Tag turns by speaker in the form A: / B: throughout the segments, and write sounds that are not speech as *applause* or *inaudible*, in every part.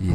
A: 以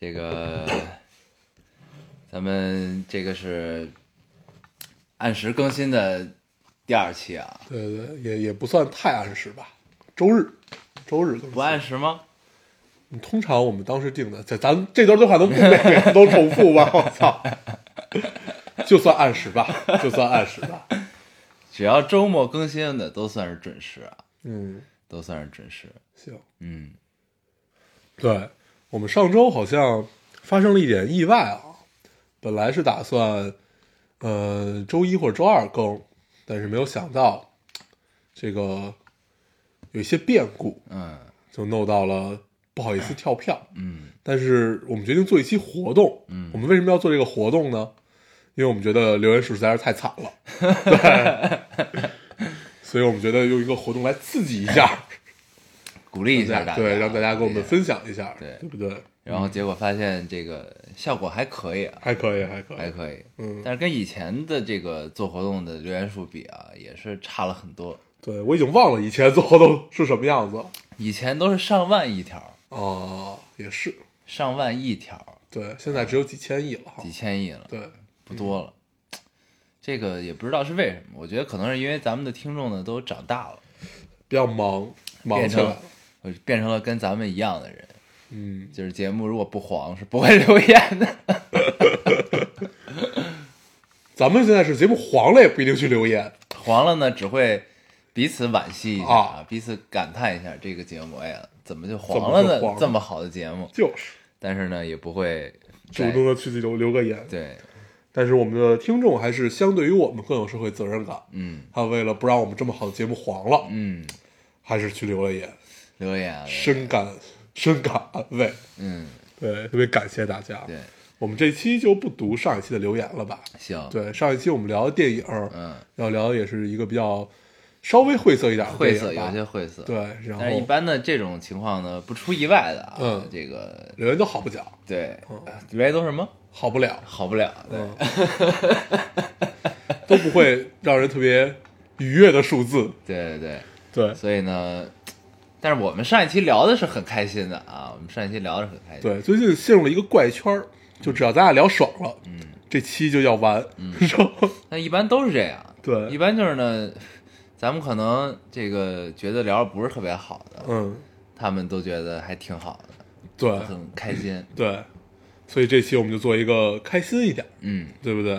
B: 这个咱们这个是按时更新的第二期啊，
C: 对对，呃也也不算太按时吧，周日，周日更
B: 不按
C: 新。
B: 时吗？
C: 嗯通常我们当时定的，在咱这段对话能不每个人都重复吧？ *laughs* 我操，就算按时吧，就算按时吧。
B: 只要周末更新的都算是准时啊，
C: 嗯，
B: 都算是准时。
C: 行，
B: 嗯，
C: 对我们上周好像发生了一点意外啊，本来是打算，呃，周一或者周二更，但是没有想到这个有一些变故，
B: 嗯
C: 就弄到了不好意思跳票。
B: 嗯
C: 但是我们决定做一期活动。
B: 嗯
C: 我们为什么要做这个活动呢？因为我们觉得留言数实在是太惨
B: *laughs*
C: 了，对，所以我们觉得用一个活动来刺激一
B: *laughs*
C: 下，
B: 鼓励一下大家，
C: 对，让大家跟我们
B: 对。
C: 分享一下，
B: 对
C: 对不对？
B: 然后结果发现这个效果还可以啊，
C: 还可以，还可以，
B: 还可以。
C: 嗯
B: 但是跟以前的这个做活动的留言数比啊，也是差了很多。
C: 对我已经忘了以前做活动是什么样子了
B: 以前都是上万一条，
C: 哦，也是，
B: 上万一条，
C: 对，现在只有几千亿了哈
B: 几，千亿了，
C: 对，
B: 不多了。这个也不知道是为什么，我觉得可能是因为咱们的听众呢都长大了，
C: 比较忙，忙
B: 变
C: 起
B: 成
C: 来
B: 了
C: 了，
B: 呃变成了跟咱们一样的人。
C: 嗯，
B: 就是节目如果不黄是不会留言的。 *laughs*
C: 咱们现在是节目黄了也不一定去留言，
B: 黄了呢，只会彼此惋惜一下
C: 啊
B: 彼此感叹一下这个节目，哎呀，怎么就黄了呢？
C: 怎么就黄了
B: 这么好的节目，
C: 就是
B: 但是呢，也不会
C: 主
B: 再
C: 动的去留留个言，
B: 对，
C: 但是我们的听众还是相对于我们更有社会责任感，
B: 嗯
C: 他为了不让我们这么好的节目黄了，
B: 嗯，
C: 还是去留了言，
B: 留言啊，留言
C: 深感深感安慰。
B: 嗯，
C: 对，特别感谢大家。
B: 对，
C: 我们这期就不读上一期的留言了吧？
B: 行，，
C: 对，上一期我们聊的电影，
B: 嗯，
C: 要聊的也是一个比较稍微晦涩一点的
B: 晦
C: 电
B: 涩，
C: 影吧
B: 有些哎晦涩，
C: 对，，然
B: 但是一
C: 后
B: 般的这种情况呢，不出意外的啊，
C: 嗯
B: 这个
C: 留言都好不了，
B: 对，原来都什么
C: 好不了，
B: 好不了，对，
C: 嗯，都不会让人特别愉悦的数字。
B: 对对对，
C: 对
B: 所以呢，但是我们上一期聊的是很开心的啊，我们上一期聊的是很开心，，
C: 对，最近陷入了一个怪圈儿，就只要咱俩聊爽了，嗯，这期就要完，
B: 嗯
C: 然后
B: 但一般都是这样，
C: 对
B: 一般就是呢，咱们可能这个觉得聊的不是特别好的，
C: 嗯，
B: 他们都觉得还挺好的，
C: 对
B: 很开心，
C: 对，所以这期我们就做一个开心一点，
B: 嗯。
C: 对不对？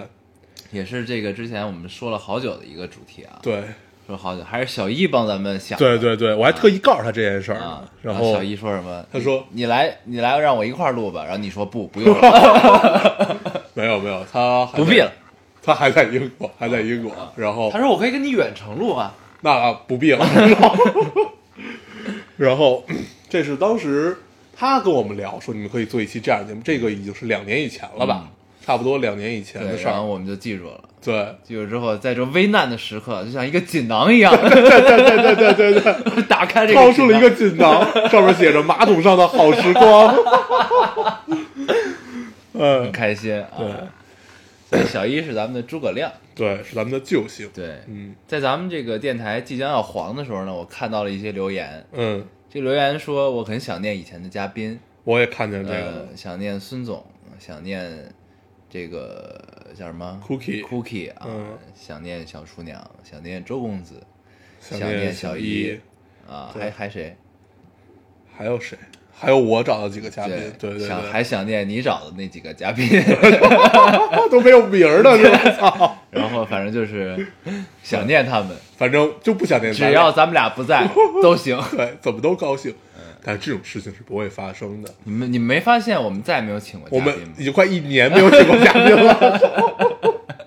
B: 也是这个之前我们说了好久的一个主题啊，
C: 对
B: 说好久还是小一帮咱们想的
C: 对对对，我还特意告诉他这件事儿
B: 啊
C: 呢，，
B: 然
C: 后
B: 小一说什么？
C: 他说
B: 你你来你来让我一块儿录吧，然后你说不不
C: *laughs*
B: 用了
C: 没有没有，他还
B: 不
C: 在
B: 必了，，啊
C: 他还在英国，还在英国，然后
B: 他说我可以跟你远程录啊，
C: 那不
B: *laughs*
C: 必了，然后然后这是当时他跟我们聊说你们可以做一期这样的节目，这个已经是两年以前了吧，差不多两年以前的
B: 嗯对，
C: 事
B: 然后
C: 儿，
B: 我们就记住了，
C: 对。
B: 记住之后在这危难的时刻，就像一个锦囊一样 *laughs*
C: 对对对对对，
B: 打开这个，
C: 掏出了一个，锦囊，上面写着“马桶上的好时光” *laughs* 嗯。
B: 很开心啊。所以小一是咱们的诸葛亮，
C: 对，是咱们的救星。
B: 对，
C: 嗯
B: 在咱们这个电台即将要黄的时候呢，我看到了一些留言，
C: 嗯，
B: 这留言说我很想念以前的嘉宾，
C: 我也看见这个了
B: 呃，。想念孙总，想念这个叫什么
C: Cookie
B: Cookie 啊，
C: 嗯
B: 想念小厨娘，想念周公子
C: 想
B: 想念小
C: 一
B: 一，啊，
C: 对
B: 还还谁？
C: 还有谁？还有我找到几个嘉宾，对对对，
B: 想还想念你找的那几个嘉
C: *laughs*
B: 宾，
C: 啊都没有名儿的是吧？ *laughs* 操，
B: 然后反正就是想念他们，
C: 反正就不想念咱
B: 只
C: 俩
B: 要嗯咱们俩不
C: *laughs*
B: 在都行。
C: 对，怎么都高兴。但这种事情是不会发生的。
B: 你们你们没发现我们再也没有请过
C: 我
B: 嘉
C: 们
B: 宾吗
C: 已？经快一年没有请过嘉宾了。 *laughs*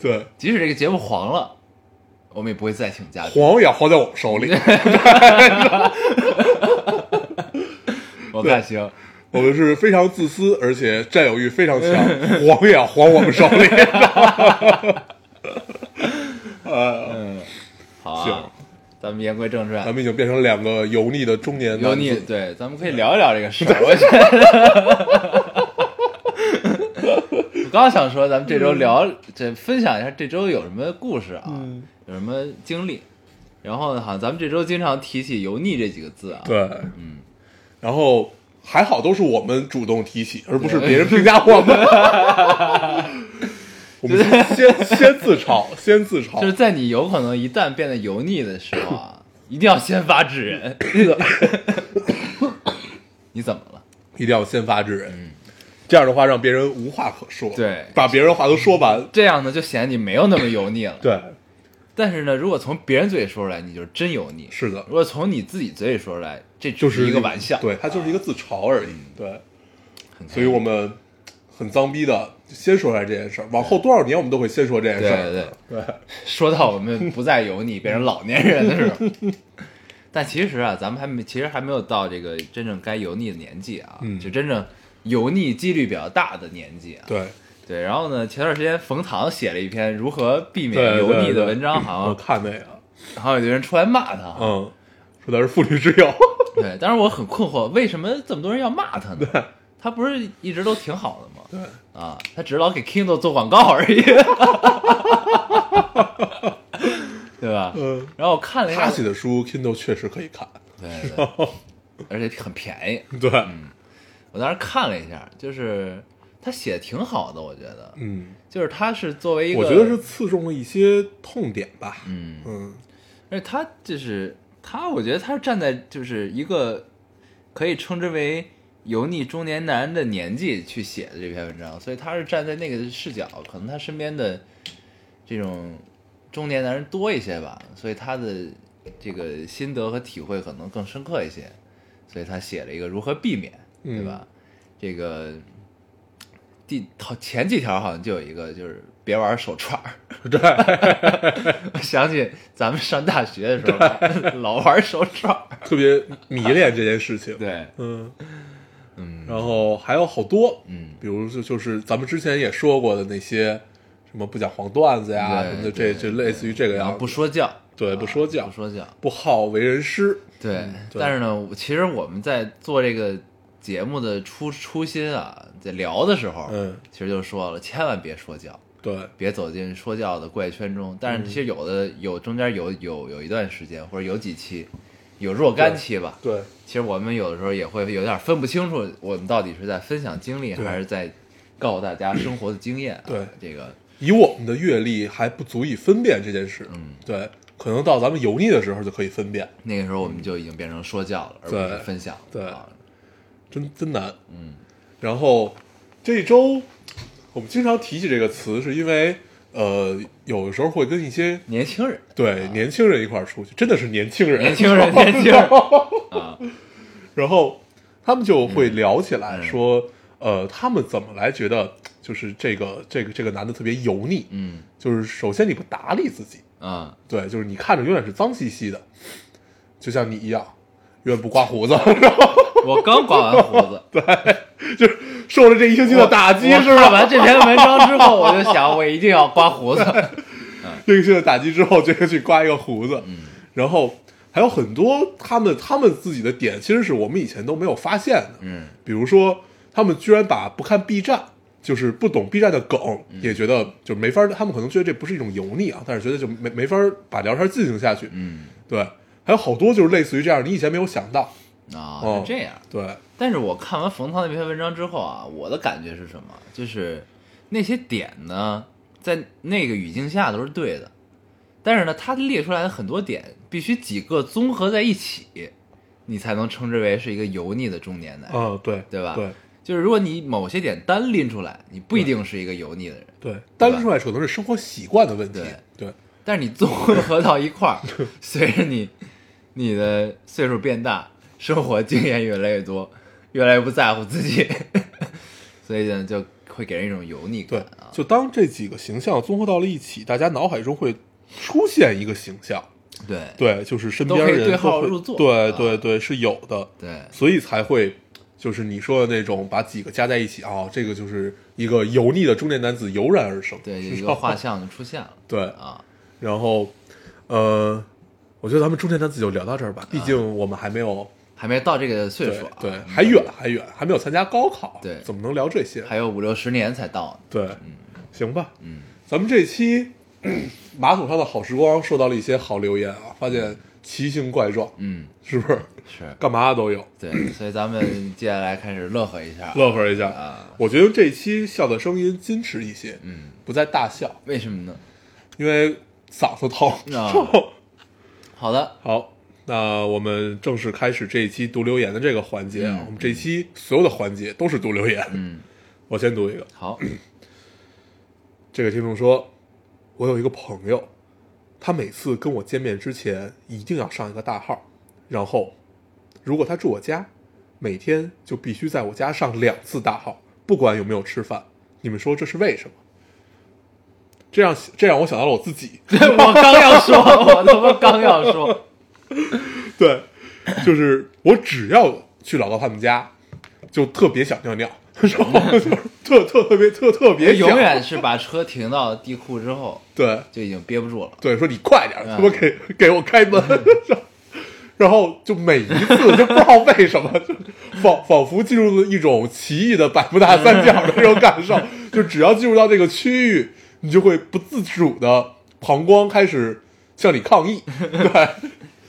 C: 对，
B: 即使这个节目黄了，我们也不会再请嘉宾。
C: 黄也黄在我
B: *laughs*
C: 们手里。
B: 我看行，
C: 我们是非常自私，而且占有欲非常强，黄也要还我们手
B: *laughs*
C: 里。
B: 好
C: 行
B: 啊，咱们言归正传
C: 啊咱，们已经变成两个油腻的中年
B: 油
C: 男
B: 腻
C: 子，
B: 对，咱们可以聊一聊这个事儿。我觉得， *laughs* 我刚想说，咱们这周
C: 嗯
B: 聊，这分享一下这周有什么故事啊，
C: 嗯
B: 有什么经历。然后呢，好像咱们这周经常提起“油腻”这几个字啊，
C: 对，嗯，然后还好都是我们主动提起，而不是
B: 对
C: 别人
B: *laughs*
C: 评价我们。我们先先自嘲，
B: *laughs*
C: 先自嘲，
B: 就是在你有可能一旦变得油腻的时候啊，一定要先发制人。你怎么了？
C: 一定要先发制人。这样的话，让别人无话可说，
B: 嗯对
C: 把别人话都说完，
B: 这样呢，就显得你没有那么油腻了。
C: 对，
B: 但是呢，如果从别人嘴里说出来，你就是真油腻；
C: 是的
B: 如，果从你自己嘴里说出来，这
C: 就
B: 只
C: 是
B: 一个玩笑。嗯
C: 对，它就是一个自嘲而已，对，
B: 很
C: 所以我们很脏逼的先说出来这件事儿，往后多少年我们都会先说这件
B: 对
C: 事儿，
B: 对对，
C: 对，
B: *laughs* 说到我们不再油腻，变成老年人的时候。 *laughs* 但其实啊，咱们还没，其实还没有到这个真正该油腻的年纪啊，
C: 嗯
B: 就真正油腻几率比较大的年纪啊。
C: 对，
B: 对，然后呢，前段时间冯唐写了一篇如何避免
C: 对
B: 油腻
C: 对对
B: 的文章，好啊
C: 我
B: 像
C: 看那个， *laughs*
B: 好像有人出来骂他啊。
C: 嗯，说他是妇女之友，
B: 对，当时我很困惑，为什么这么多人要骂他呢？他不是一直都挺好的吗？
C: 对，
B: 啊，他只是老给 Kindle 做广告而已， *laughs* 对吧？
C: 嗯，
B: 然后我看了一下
C: 他，写的书 Kindle 确实可以看，
B: 对，对而且很便宜。
C: 对，
B: 嗯我当时看了一下，就是他写的挺好的，我觉得，
C: 嗯，
B: 就是他是作为一个，
C: 我觉得是，刺中了一些痛点吧，
B: 嗯，
C: 嗯，
B: 而且他就是他，我觉得他是站在就是一个可以称之为油腻中年男人的年纪去写的这篇文章，所以他是站在那个视角，可能他身边的这种中年男人多一些吧，所以他的这个心得和体会可能更深刻一些，所以他写了一个如何避免，
C: 嗯
B: 对吧？这个第头前几条好像就有一个，就是别玩手串儿。对， *laughs* 我想起咱们上大学的时候，老玩手串儿。
C: 特别迷恋这件事情，
B: 对，
C: 嗯
B: 嗯，
C: 然后还有好多，
B: 嗯
C: 比如就就是咱们之前也说过的那些什么不讲黄段子呀
B: 对
C: 什么的，这
B: 对
C: 这类似于这个
B: 然
C: 样
B: 后
C: 子，
B: 不说教，啊
C: 对不说教
B: 不说教。
C: 不好为人师，
B: 对，
C: 对
B: 但是呢，我其实我们在做这个节目的初初心啊，在聊的时候，
C: 嗯，
B: 其实就说了，千万别说教，
C: 对
B: 别走进说教的怪圈中。但是
C: 嗯
B: 其实有的有中间有有有一段时间，或者有几期，有若干期吧。
C: 对
B: 其实我们有的时候也会有点分不清楚，我们到底是在分享经历，
C: 对
B: 还是在告诉大家生活的经验、啊。
C: 对
B: 这个
C: 以我们的阅历还不足以分辨这件事，
B: 嗯，
C: 对，可能到咱们油腻的时候就可以分辨，
B: 那个时候我们就已经变成说教了，而不
C: 对
B: 是分享了。
C: 对
B: 啊
C: 真真难。
B: 嗯，
C: 然后这周我们经常提起这个词，是因为呃，有的时候会跟一些
B: 年轻人，
C: 对年轻人一块儿出去，真的是年轻人，
B: 啊年轻
C: *laughs*
B: 人，年轻人啊，
C: 然后他们就会聊起来
B: 嗯
C: 说，呃，他们怎么来觉得就是这个这个这个男的特别油腻？
B: 嗯
C: 就是首先你不打理自己，
B: 啊，
C: 对，就是你看着永远是脏兮兮的，就像你一样，永远不刮胡子， *laughs* 然后
B: 我刚刮完胡
C: *laughs*
B: 子，
C: 就是受了这一星期的打击，
B: 我
C: 是
B: 看
C: 吧？
B: 完这篇文章之后，我就想，我一定要刮胡
C: *laughs*
B: 子。
C: 这一星期的打击之后，这个去刮一个胡子，
B: 嗯
C: 然后还有很多他们他们自己的点，其实是我们以前都没有发现的，
B: 嗯，
C: 比如说，他们居然把不看 B 站，就是不懂 B 站的梗，
B: 嗯
C: 也觉得就没法儿，他们可能觉得这不是一种油腻啊，但是觉得就没没法儿把聊天进行下去。
B: 嗯
C: 对，还有好多就是类似于这样，你以前没有想到。
B: 啊，
C: 哦
B: 是这样。
C: 对，
B: 但是我看完冯唐那篇文章之后啊，我的感觉是什么？就是那些点呢，在那个语境下都是对的，但是呢，他列出来的很多点必须几个综合在一起，你才能称之为是一个油腻的中年男人，
C: 嗯，对，
B: 对吧？
C: 对，
B: 就是如果你某些点单拎出来，你不一定是一个油腻的人，
C: 对，单出来可能是生活习惯的问题。对，
B: 但是你综合到一块儿， *laughs* 随着你你的岁数变大，生活经验越来越多，越来越不在乎自己， *laughs* 所以呢，就会给人一种油腻感
C: 对
B: 啊，。
C: 就当这几个形象综合到了一起，大家脑海中会出现一个形象。
B: 对
C: 对，就是身
B: 都
C: 边
B: 可以
C: 人
B: 对号
C: 都会
B: 入座
C: 对
B: 啊
C: 对对，是有的，
B: 对
C: 所以才会就是你说的那种把几个加在一起啊，这个就是一个油腻的中年男子油然而生，
B: 对，有
C: 知
B: 一
C: 道
B: 个
C: 吗
B: 画像就出现了
C: 对，
B: 啊。
C: 然后呃，我觉得咱们中年男子就聊到这儿吧，毕竟我们还没有
B: 还没到这个啊岁
C: 对
B: 数、啊，
C: 对，
B: 嗯
C: 还远还远，还没有参加高考，
B: 对
C: 怎么能聊这些？
B: 还有五六十年才到呢。
C: 对，行吧，
B: 嗯，
C: 咱们这期马桶上的好时光收到了一些好留言啊，发现奇形怪状，
B: 嗯，
C: 是不是？
B: 是
C: 干嘛都有，
B: 对，所以咱们接下来开始乐呵一下。
C: 乐呵一下
B: 啊。
C: 我觉得这期笑的声音矜持一些，
B: 嗯，
C: 不再大笑，
B: 为什么呢？
C: 因为嗓子疼。
B: 啊好的，
C: 好，那我们正式开始这一期读留言的这个环节啊。
B: 嗯
C: 我们这期所有的环节都是读留言，
B: 嗯，
C: 我先读一个。 *laughs*
B: 好，
C: 这个听众说，我有一个朋友，他每次跟我见面之前一定要上一个大号，然后如果他住我家，每天就必须在我家上两次大号，不管有没有吃饭。你们说这是为什么？这样这让我想到了我自己， *laughs*
B: 我刚要说，我他妈刚要说，
C: 对，就是我只要去老高他们家，就特别想尿尿， *laughs* 然后就是特特特别特特别想
B: 永远是把车停到地库之后
C: 对，
B: 就已经憋不住了。
C: 对，说你快点儿，
B: 嗯
C: 他妈给给我开门， *laughs* 然后就每一次就不知道为什么， *laughs* 就仿仿佛进入了一种奇异的百慕大三角的那种感受，就只要进入到这个区域，你就会不自主的膀胱开始向你抗议，对，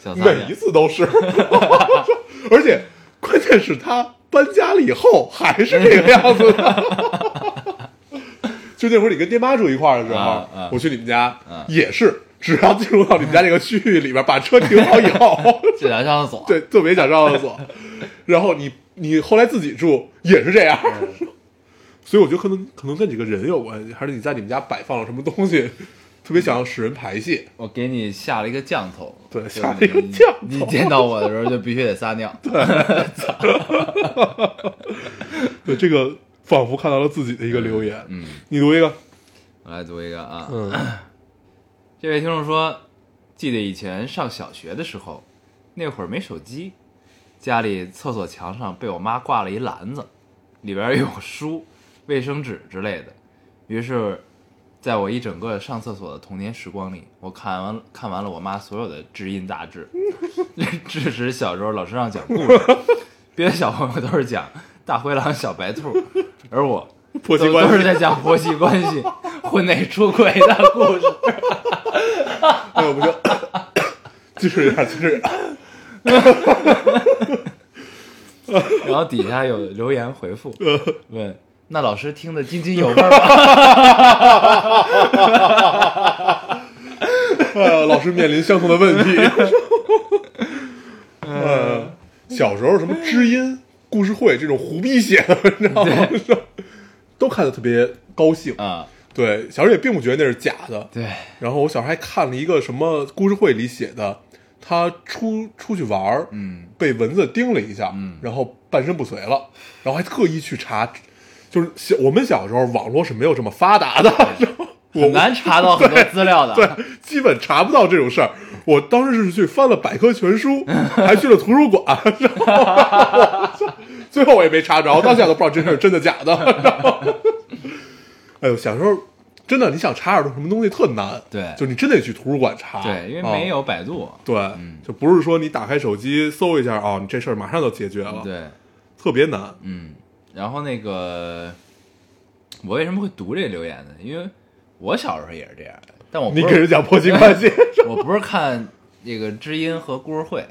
B: 小三
C: 每一次都是，而且关键是他搬家了以后还是这个样子的。就那会儿你跟爹妈住一块儿的时候，
B: 啊啊
C: 我去你们家、
B: 啊
C: 也是，只要进入到你们家这个区域里边，把车停好以后， *laughs*
B: 这两上厕所，
C: 对，特别想上厕所。然后你你后来自己住也是这样，所以我觉得可能可能跟你个人有关系，还是你在你们家摆放了什么东西，特别想要使人排泄。
B: 我给你下了一个降头，
C: 对
B: 就是
C: 下了一个降头
B: 你你见到我的时候就必须得撒尿，
C: *laughs* 对，这个仿佛看到了自己的一个留言。
B: 嗯，
C: 你读一个，
B: 我来读一个啊，
C: 嗯
B: 这位听众说，记得以前上小学的时候，那会儿没手机，家里厕所墙上被我妈挂了一篮子，里边有书、 *laughs* 卫生纸之类的。于是，在我一整个上厕所的童年时光里，我看完看完了我妈所有的知音大志， *laughs* 致使小时候老师让讲故事， *laughs* 别的小朋友都是讲大灰狼、小白兔，而我
C: *laughs* *laughs* 婆媳
B: 都
C: 关系
B: 都是在讲婆媳关系、婚内出轨的故事。
C: 哎，我不行， *laughs* 继续一下，继续。
B: 然后底下有留言回复，问那老师听得津津有味儿吗？
C: 呃，老师面临相同的
B: *laughs*
C: 问题。呃，小时候什么知音、故事会这种胡逼写的文章， *laughs* 都看得特别高兴。
B: 啊，
C: 对，小时候也并不觉得那是假的。
B: *laughs* 对，
C: 然后我小时候还看了一个什么故事会里写的，他出出去玩儿，
B: 嗯，
C: 被蚊子叮了一下，
B: 嗯
C: 然后半身不遂了，然后还特意去查，就是小我们小时候网络是没有这么发达的， *laughs* 然后我
B: 很难查到很多资料的，
C: *laughs* 对，基本查不到这种事儿。我当时是去翻了百科
B: *laughs*
C: 全书，还去了图书馆，然后最后我也没查着，我到现在都不知道这事儿真的假的。 *laughs* 然后哎呦，小时候真的，你想查点什么东西特难，
B: 对
C: 就你真得去图书馆查，
B: 对，因为
C: 啊
B: 没有百度，
C: 对，
B: 嗯
C: 就不是说你打开手机搜一下啊、你这事儿马上就解决了，，
B: 对，
C: 特别难。
B: 嗯，然后那个我为什么会读这留言呢？因为我小时候也是这样的，但我不
C: 你给人
B: 是
C: 讲婆媳关系，
B: *laughs* 我不是看那个知音和故事会，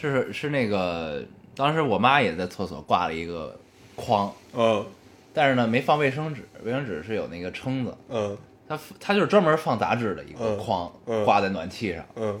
B: 是是那个当时我妈也在厕所挂了一个框，
C: 嗯
B: 但是呢没放卫生纸，卫生纸是有那个撑子。
C: 嗯
B: 它它就是专门放杂志的一个
C: 嗯
B: 框，
C: 嗯
B: 挂在暖气上，
C: 嗯，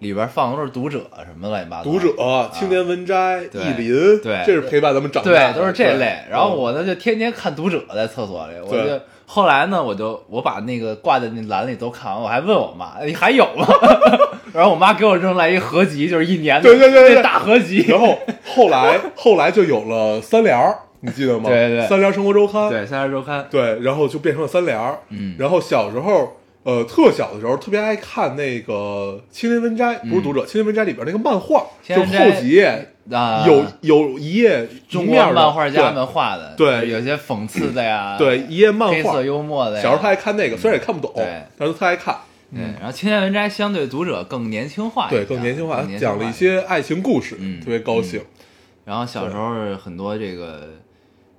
B: 里边放的都是读者什么乱七八糟。
C: 读者、青年文摘、
B: 对
C: 意林，
B: 对
C: 这是陪伴咱们长大的，
B: 对，都是这类。然后
C: 嗯
B: 我呢就天天看读者在厕所里，我
C: 对
B: 就后来呢我就我把那个挂在那栏里都看完，我还问我妈哎你还有吗？ *laughs* 然后我妈给我扔来一合集，就是一年的
C: 对对对对
B: 那大合集。
C: 然后 *laughs* 后来后来就有了三联儿，你记得吗？
B: 对对对
C: 三联儿生活周刊。
B: 对《三联周刊》
C: 对然后就变成了三联儿。
B: 嗯
C: 然后小时候，呃，特小的时候特别爱看那个《青年文摘》，不是读者，青年文摘》里边那个漫画，
B: 青
C: 就
B: 嗯年
C: 是
B: 文摘
C: 后几页
B: 啊，
C: 有有一页
B: 中
C: 一
B: 国
C: 面的
B: 漫画家们画的，
C: 对对
B: 有些讽刺的呀，
C: 对对一页漫
B: 黑
C: 画
B: 色，幽默的呀。嗯
C: 小时候他爱看那个，虽然也看不懂
B: 对，
C: 但是他爱看。
B: 对，然后青年文摘相对读者更年轻化一点，
C: 嗯对，更年轻化，
B: 哎更年
C: 讲了一。些爱情故事，
B: 嗯
C: 特别高兴。
B: 然后小时候很多这个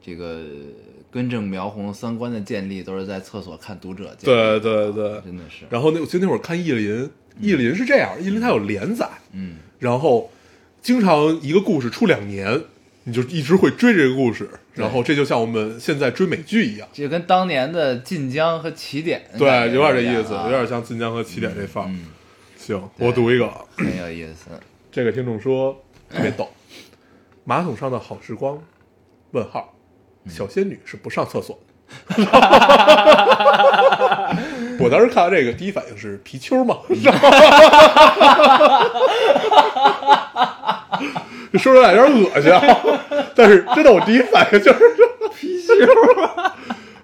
B: 这个根正苗红三观的建立，都是在厕所看读者建立
C: 对
B: 的，
C: 对对。
B: 真的是，
C: 然后那我记得那会儿看意林，意林是这样，意林它有连载，
B: 嗯，
C: 然后经常一个故事出两年，你就一直会追这个故事，然后这就像我们现在追美剧一样，
B: 就跟当年的晋江和起点，
C: 对，有点这意思，
B: 啊
C: 有点像晋江和起点这范儿。
B: 嗯，
C: 行，
B: 对
C: 我读一个，啊
B: 很有意思，
C: 这个听众说特别逗，马桶上的好时光？问号，小仙女是不上厕所 *laughs* 的。我当时看到这个，第一反应是皮丘嘛，这 *laughs* 说出来有点恶心啊，但是真的，我第一反应就是皮丘。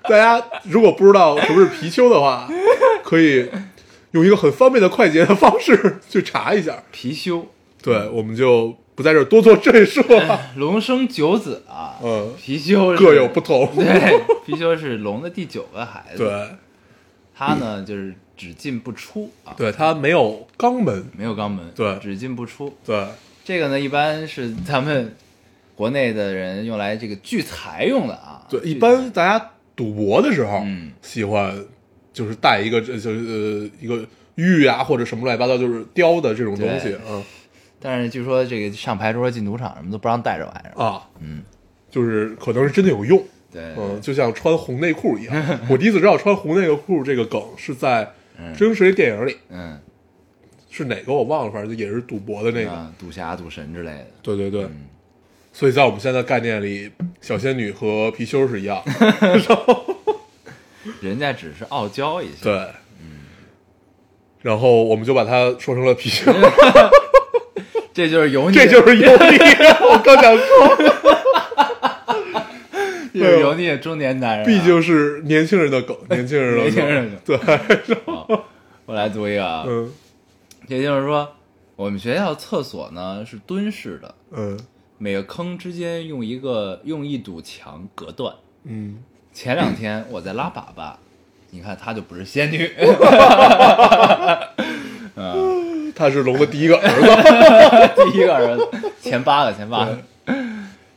C: 大家如果不知道什么是貔貅的话，可以用一个很方便的快捷的方式去查一下。
B: 貔貅。
C: 对，我们就不在这儿多做赘述
B: *laughs*
C: 了。
B: 龙生九子啊，
C: 嗯
B: 貔貅是
C: 各有不同
B: *laughs* 对，貔貅是龙的第九个孩子，，
C: 对，
B: 它呢就是只进不出啊，
C: 对，它没有肛门。
B: 没有肛门，
C: 对
B: 只进不出。
C: 对，
B: 这个呢，一般是咱们国内的人用来这个聚财用的啊，
C: 对，一
B: 聚
C: 般大家赌博的时候，
B: 嗯
C: 喜欢就是带一个这就是呃一个玉啊或者什么乱七八糟就是雕的这种东西
B: 对，
C: 嗯
B: 但是据说这个上牌桌、进赌场什么都不让带这玩意儿，
C: 啊，
B: 嗯，
C: 就是可能是真的有用。
B: 对，
C: 嗯，就像穿红内裤一
B: *laughs*
C: 样，我第一次知道穿红内裤这个梗是在
B: 嗯
C: 真实的电影里，
B: 嗯，
C: 是哪个我忘了，反正也是赌博的那个。
B: 啊赌侠、赌神之类的，
C: 对对对，
B: 嗯
C: 所以在我们现在概念里，小仙女和貔貅是
B: *laughs*
C: 一样的。
B: 人家只是傲娇一下，
C: 对，
B: 嗯
C: 然后我们就把它说成了貔貅，
B: *laughs* 这就是油腻，
C: 这就是油腻。我刚想说，
B: 这就是油腻的中年男人啊，
C: 哎毕竟是年轻人的
B: *laughs*
C: 梗，年轻人的
B: 年轻
C: 梗。
B: 人的
C: 对，
B: 我来读一个啊，
C: 嗯
B: 也就是说，我们学校厕所呢是蹲式的，
C: 嗯
B: 每个坑之间用一个用一堵墙隔断。
C: 嗯，
B: 前两天我在拉粑粑，你看她就不是仙女，
C: 他是龙的第一个
B: *laughs*
C: 儿子。
B: 第一个儿子，前八个，前八个。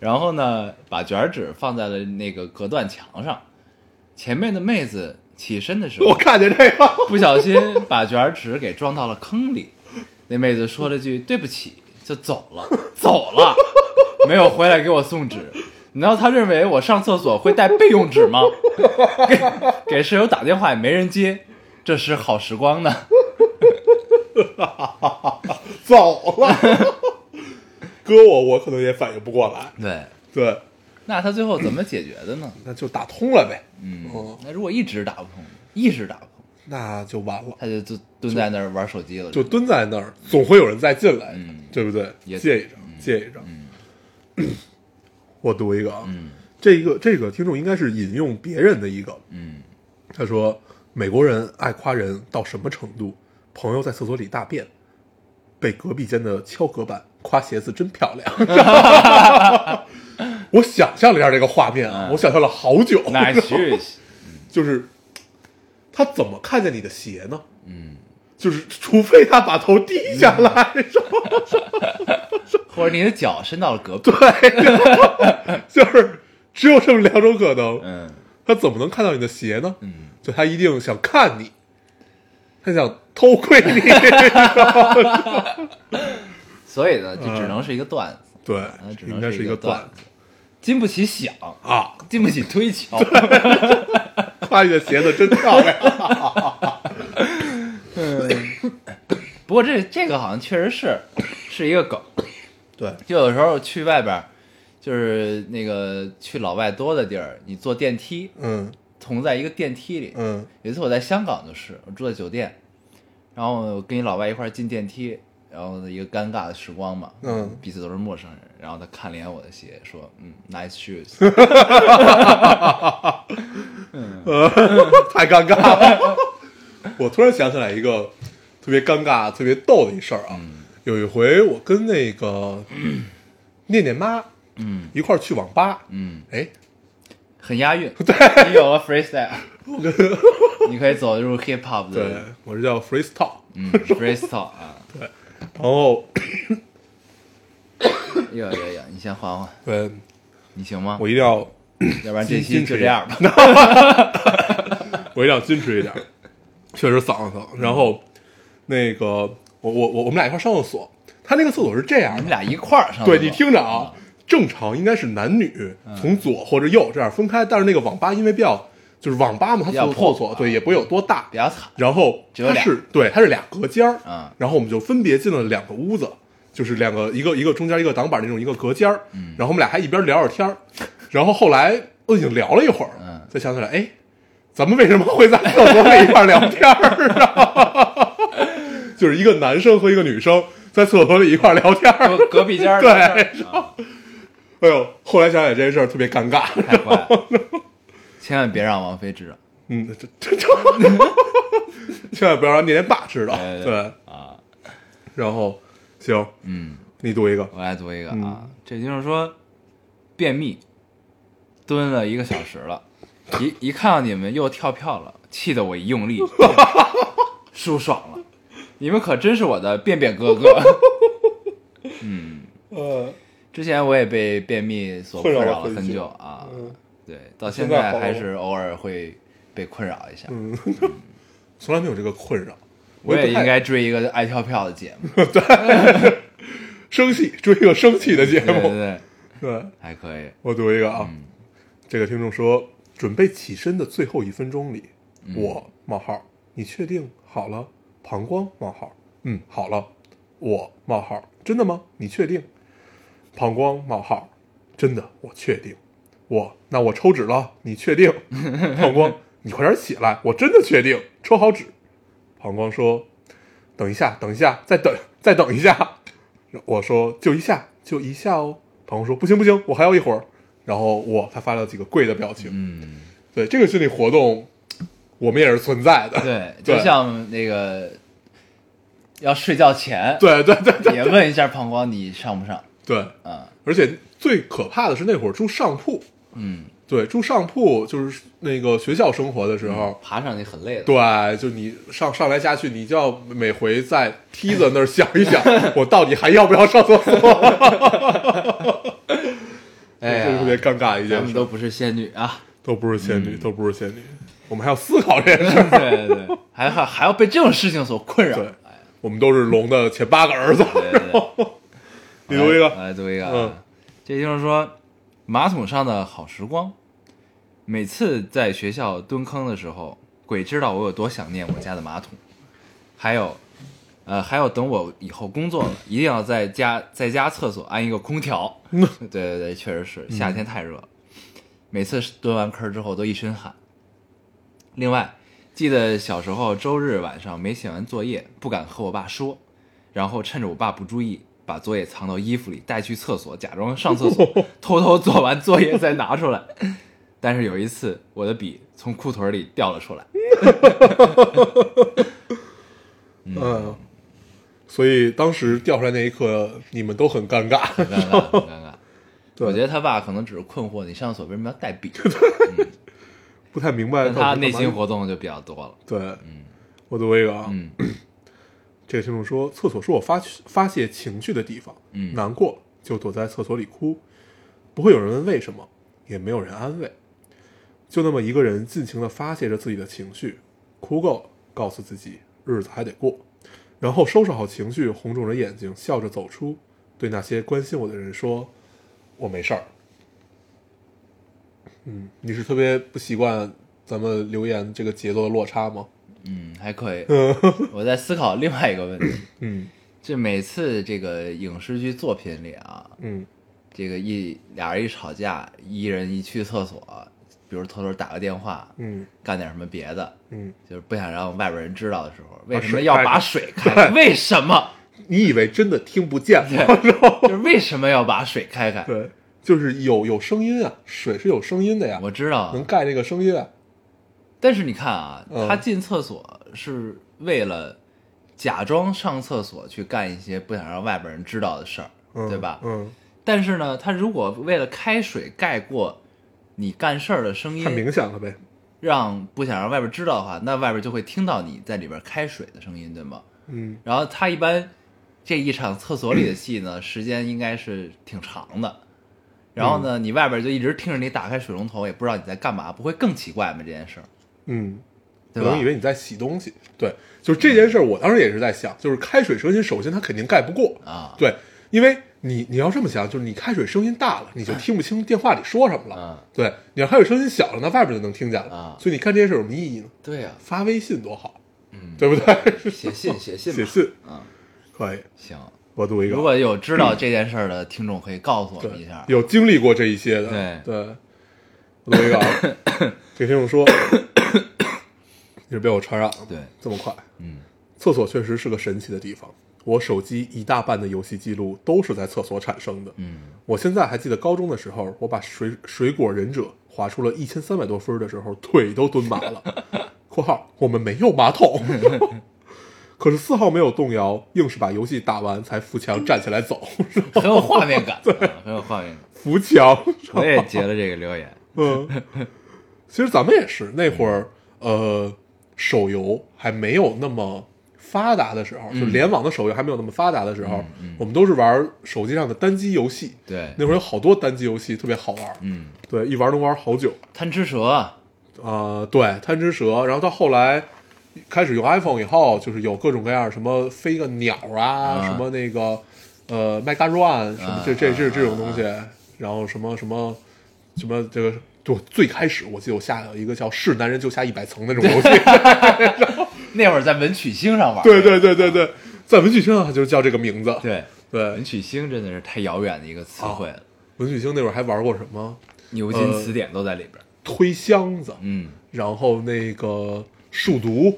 B: 然后呢，把卷纸放在了那个隔断墙上，前面的妹子起身的时
C: 我
B: 候，
C: 看见这个，
B: 不小心把卷纸给撞到了坑里，那妹子说了句对不起，就走了， *laughs* 走了，没有回来给我送纸。你知道她认为我上厕所会带备用纸吗？ *laughs* 给给室友打电话也没人接，这是好时光呢。
C: 走了。 *laughs* 搁我，我可能也反应不过来。
B: 对，
C: 对，
B: 那她最后怎么解决的呢？
C: 那就打通了呗。
B: 嗯
C: 哦，
B: 那如果一直打不通，一直打不通，
C: 那就完了，
B: 他就就蹲在那儿玩手机了。
C: 就蹲在那儿，总会有人再进来，
B: 嗯
C: 对不对？
B: 也
C: 借一张，借一张。
B: 嗯
C: *clears throat* 我读一个啊，
B: 嗯
C: 这一个这个听众应该是引用别人的一个，
B: 嗯，
C: 他说美国人爱夸人到什么程度？朋友在厕所里大便，被隔壁间的敲隔板夸鞋子真漂亮。
B: *laughs*
C: *laughs* 我想象了一下这个画面啊，
B: 嗯
C: 我想象了好久，
B: 那 *laughs* 去，
C: 就是他怎么看见你的鞋呢？
B: 嗯，
C: 就是除非他把头低下来，是吧
B: 或者你的脚伸到了隔壁，
C: 就是只有这么两种可能。
B: 嗯
C: 他怎么能看到你的鞋呢？
B: 嗯，
C: 就他一定想看你，他想偷
B: *laughs*
C: 窥你。
B: 所以呢，就只能是一个段子，
C: 对
B: 啊，只
C: 应
B: 能
C: 该是
B: 一
C: 一个
B: 段
C: 段
B: 子，经不起想，
C: 啊！
B: 经不起推 *laughs* 敲。
C: 夸你的鞋子真
B: *laughs*
C: 漂亮。
B: 不过这这个好像确实是是一个梗，
C: 对，
B: 就有时候去外边儿，就是那个去老外多的地儿，你坐电梯
C: 嗯
B: 同在一个电梯里，
C: 嗯
B: 有一次我在香港就是，我住在酒店，然后我跟一老外一块儿进电梯，然后一个尴尬的时光嘛，
C: 嗯
B: 彼此都是陌生人，然后他看了一眼我的鞋，说，嗯，nice shoes，
C: *laughs* 呃， *laughs* 太尴尬了。 *laughs* 我突然想起来一个
B: 嗯
C: 特别尴尬、特别逗的一事儿啊。有一回我跟那个念念妈
B: 嗯
C: 一块儿去网吧，
B: 嗯，
C: 哎，
B: 很押
C: *laughs*
B: 韵，对，你有了 freestyle，
C: 我跟
B: 你可以走入 hip hop
C: 对
B: 的，
C: 我这叫 freestyle，
B: 嗯 freestyle 啊，
C: 然后
B: 有有有，你先缓缓，
C: 对
B: 你行吗？
C: 我一定要
B: 要不然这
C: 矜矜
B: 期
C: 持
B: 就
C: 一
B: 这样吧。
C: 我一定要矜持一点，确实嗓子疼。然后那个我我我我们俩一块儿上厕所，他那个厕所是这样
B: 你
C: 的
B: 们，俩一块儿上厕所，
C: 对你听着啊，正常应该是男女
B: 嗯
C: 从左或者右这样分开，但是那个网吧因为比较就是网吧嘛，它
B: 比较
C: 厕
B: 破
C: 厕所
B: 啊
C: 对也不会有多大
B: 比，较惨，
C: 然后
B: 只有
C: 它
B: 俩
C: 是对它是俩隔间儿
B: 嗯，
C: 然后我们就分别进了两个屋子，就是两个一个一个中间一个挡板那种一个隔间儿，
B: 嗯
C: 然后我们俩还一边聊着
B: *laughs*
C: 天儿，然后后来呃我已经聊了一会儿
B: 嗯，
C: 才想起来，哎，咱们为什么会在厕所里一块儿聊天儿
B: *laughs*
C: 啊？就是一个男生和一个女生在厕所里一块儿聊天儿，
B: 隔隔壁间儿
C: 对
B: 的事儿啊
C: 哎呦，后来想想这件事儿特别尴尬。 *laughs*
B: 太坏了，千万别让王菲知道
C: 嗯，这这 *laughs* 这，千万不要让念念爸知道。
B: 对对对
C: 对，
B: 啊。
C: 然后行，
B: 嗯，
C: 你读一个。
B: 我来读一个
C: 嗯
B: 啊，这就是说便秘，蹲了一个小时了，一一看到你们又跳票了，气得我一用力， *laughs* 舒爽了，你们可真是我的便便哥哥。
C: *laughs* 呃，
B: 之前我也被便秘所困
C: 困扰了
B: 扰了
C: 很
B: 很
C: 久
B: 久啊，
C: 嗯
B: 对，到
C: 现
B: 现
C: 在好
B: 在还
C: 了
B: 是偶尔会被困扰一下。
C: 从来没有这个困扰，
B: 我
C: 也
B: 也
C: 不
B: 应
C: 太
B: 该追一个爱跳票的节
C: *laughs*
B: 目，
C: 生气追一个生气的节
B: 对对
C: 目。
B: 对，
C: 对，
B: 还可以，
C: 我读一个啊
B: 嗯。
C: 这个听众说，准备起身的最后一分钟里，我冒号，你确定好了？膀胱冒号，嗯，好了。我冒号，真的吗？你确定？膀胱冒号，真的，我确定。我那我抽纸了，你确定？膀胱，你快点起来，我真的确定，抽好纸。膀胱说：“等一下，等一下，再等，再等一下。”我说：“就一下，就一下哦。”膀胱说：“不行不行，我还要一会儿。”然后我他发了几个跪的表情。
B: 嗯。
C: 对这个心理活动，我们也是存在的。
B: 对，就像那个要睡觉前，
C: 对对对对
B: *laughs* 也问一下膀胱你上不上
C: 对，
B: 啊？
C: 而且最可怕的是那会儿住上铺，
B: 嗯，
C: 对，住上铺就是那个学校生活的时候，
B: 爬上去很累的。，
C: 对，就你上上来下去，你就要每回在梯子那儿想一想，我到底还要不要上厕所？
B: 哎
C: 这是特别
B: 呀，
C: 尴尬的
B: 咱
C: 一件
B: 们
C: 事。
B: 都不是仙女啊！ *laughs*
C: 都不是仙女，都不是仙女，我们还要思考这件事
B: 对
C: 儿。
B: 对对，还还还要被这种事情所困扰。
C: 对，我们都是龙的前八个儿子。
B: 对对对，
C: 你读一
B: 我
C: 个，
B: 来读一个啊。
C: 嗯
B: 这就是说，马桶上的好时光。每次在学校蹲坑的时候，鬼知道我有多想念我家的马桶。还有，呃，还有，等我以后工作了，一定要在家在家厕所安一个空调。
C: 嗯
B: 对对对，确实是夏天太热了。每次蹲完坑之后都一身汗。另外，记得小时候周日晚上没写完作业，不敢和我爸说，然后趁着我爸不注意，把作业藏到衣服里，带去厕所，假装上厕所，偷偷做完作业再拿出来。 *laughs* 但是有一次，我的笔从裤腿里掉了出来。
C: 嗯。所以当时掉出来那一刻，你们都很尴尬。
B: 很尴尬，很尴尬。
C: 对
B: 我觉得他爸可能只是困惑你上厕所为什么要带
C: *laughs*
B: 笔，
C: 不太明白
B: 但他
C: 到底
B: 内
C: 干嘛
B: 心活动就比较多了。
C: 对，我读一个啊，
B: 嗯
C: *clears throat* 这个听众说，厕所是我发发泄情绪的地方，
B: 嗯
C: 难过就躲在厕所里哭，不会有人问为什么，也没有人安慰，就那么一个人尽情的发泄着自己的情绪，哭够了，告诉自己日子还得过，然后收拾好情绪，红肿着眼睛，笑着走出，对那些关心我的人说，我没事儿。嗯，你是特别不习惯咱们留言这个节奏的落差吗？
B: 嗯，还可
C: *laughs*
B: 以。我在思考另外一个问题，
C: 嗯
B: *clears throat* 就每次这个影视剧作品里啊，
C: 嗯，
B: 这个一俩人一吵架，一人一去厕所，比如偷偷打个电话，
C: 嗯
B: 干点什么别的，
C: 嗯，
B: 就是不想让外边人知道的时候，为什么
C: 哦水
B: 要
C: 开
B: 把
C: 着 *laughs*
B: 水开开？为什么？
C: 你以为真的听不见吗？ *laughs*
B: 对，就是为什么要把水开开？
C: 对，就是有有声音啊，水是有声音的呀，
B: 我知道啊，
C: 能盖这个声音啊。
B: 但是你看啊，
C: 嗯
B: 他进厕所是为了假装上厕所去干一些不想让外边人知道的事儿，
C: 嗯、
B: 对吧？
C: 嗯，
B: 但是呢，他如果为了开水盖过你干事儿的声
C: 太明
B: 音，
C: 显了呗。
B: 让不想让外边知道的话，那外边就会听到你在里边开水的声音，对吗？
C: 嗯，
B: 然后他一般这一场厕所里的戏呢，时间应该是挺长的。然后
C: 嗯
B: 呢，你外边就一直听着你打开水龙头，也不知道你在干嘛，不会更奇怪吗？这件事儿，
C: 嗯，
B: 对
C: 可
B: 吧
C: 能以？为你在洗东西。对，就是这件事儿，我当时也是在想，就是开水声音，首先它肯定盖不过
B: 啊
C: 对，因为你你要这么想，就是你开水声音大了，你就听不清电话里说什么了。
B: 嗯
C: 对，你要开水声音小了，那外边就能听见了。
B: 啊
C: 所以你看这件事有什么意义呢？
B: 对呀、
C: 发微信多好，嗯，对不对？
B: 写信写信吧
C: 写信
B: 啊，
C: 可以，
B: 行。
C: 我读一个。啊
B: 如果有知道这件事儿的听众，可以告诉我们
C: 对
B: 一下，。
C: 有经历过这一些的，对我读
B: *coughs*
C: 一个啊，给听众说，你是被我传染了吗，
B: 对
C: 这么快，
B: 嗯，
C: 厕所确实是个神奇的地方。我手机一大半的游戏记录都是在厕所产生的。
B: 嗯，
C: 我现在还记得高中的时候，我把水水果忍者划出了一千三百多分的时候，腿都蹲麻
B: *laughs*
C: 了。（括号我们没有马桶， *laughs* 可是丝毫没有动摇，硬是把游戏打完才扶墙站起来走，
B: 很有画面感，
C: *laughs*
B: 啊很有画面感。
C: 扶墙。）
B: 我也截了这个留言，
C: 嗯，其实咱们也是那会儿，呃，手游还没有那么发达的时候，就联网的手游还没有那么发达的时候，我们都是玩手机上的单机游戏。
B: 对，
C: *laughs* 那会儿有好多单机游戏特别好玩，
B: 嗯，
C: 对，一玩能玩好久。
B: 贪吃蛇，
C: 啊、对，贪吃蛇，然后到后来开始用 iPhone 以后，就是有各种各样什么飞个鸟啊，
B: 啊
C: 什么那个呃 Mega Run 什么这这这这种东西，然后什么什么什么这个，就我最开始我记得我下了一个叫《是男人就下一百层》那种游戏，
B: 那会儿在文曲星上玩，
C: 对对对对对，在文曲星上就是叫这个名字，
B: 对，文
C: 对，
B: 曲星真的是太遥远的一个词汇了，
C: 文曲星那会儿还玩过什么
B: 牛津词典都在里边。
C: 推箱子，
B: 嗯，
C: 然后那个数独，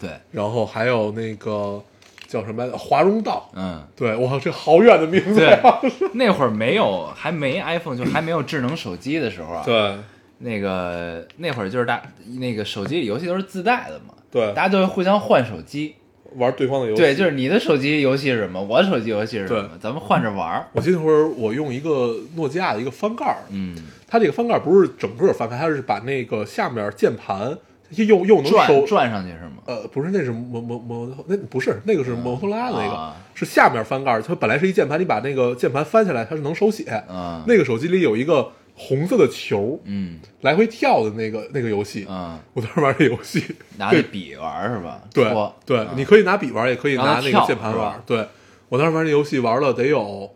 B: 对，
C: 然后还有那个叫什么来着华容道，
B: 嗯，
C: 对，哇，这好远的名字
B: 对
C: 呀、，
B: 那会儿没有，还没 iPhone，就还没有智能手机的时候啊。，
C: *laughs* 对
B: 那个那会儿就是大那个手机里游戏都是自带的嘛，
C: 对
B: 大家都会互相换手机。
C: 玩对方的游戏。
B: 对，就是你的手机游戏是什么，我的手机游戏是什么，
C: 对
B: 咱们换着玩儿。
C: 我记得那会儿我用一个诺基亚的一个翻盖儿，
B: 嗯，
C: 它这个翻盖儿不是整个翻开，它是把那个下面键盘又又能
B: 转
C: 收。
B: 转上去是吗？
C: 呃，不是，那是摩摩摩，那不是那个是摩托罗拉的那个，
B: 啊
C: 是下面翻盖儿，它本来是一键盘，你把那个键盘翻下来，它是能手写。
B: 啊
C: 那个手机里有一个红色的球，
B: 嗯
C: 来回跳的那个那个游戏，
B: 嗯，
C: 我当时玩这游戏，
B: 拿
C: 对
B: 着笔玩儿是吧？
C: 对
B: 戳
C: 对、你可以拿笔玩，也可以
B: 让
C: 拿
B: 它
C: 那
B: 啊跳
C: 个键盘
B: 是吧
C: 玩。对我当时玩这游戏玩了得有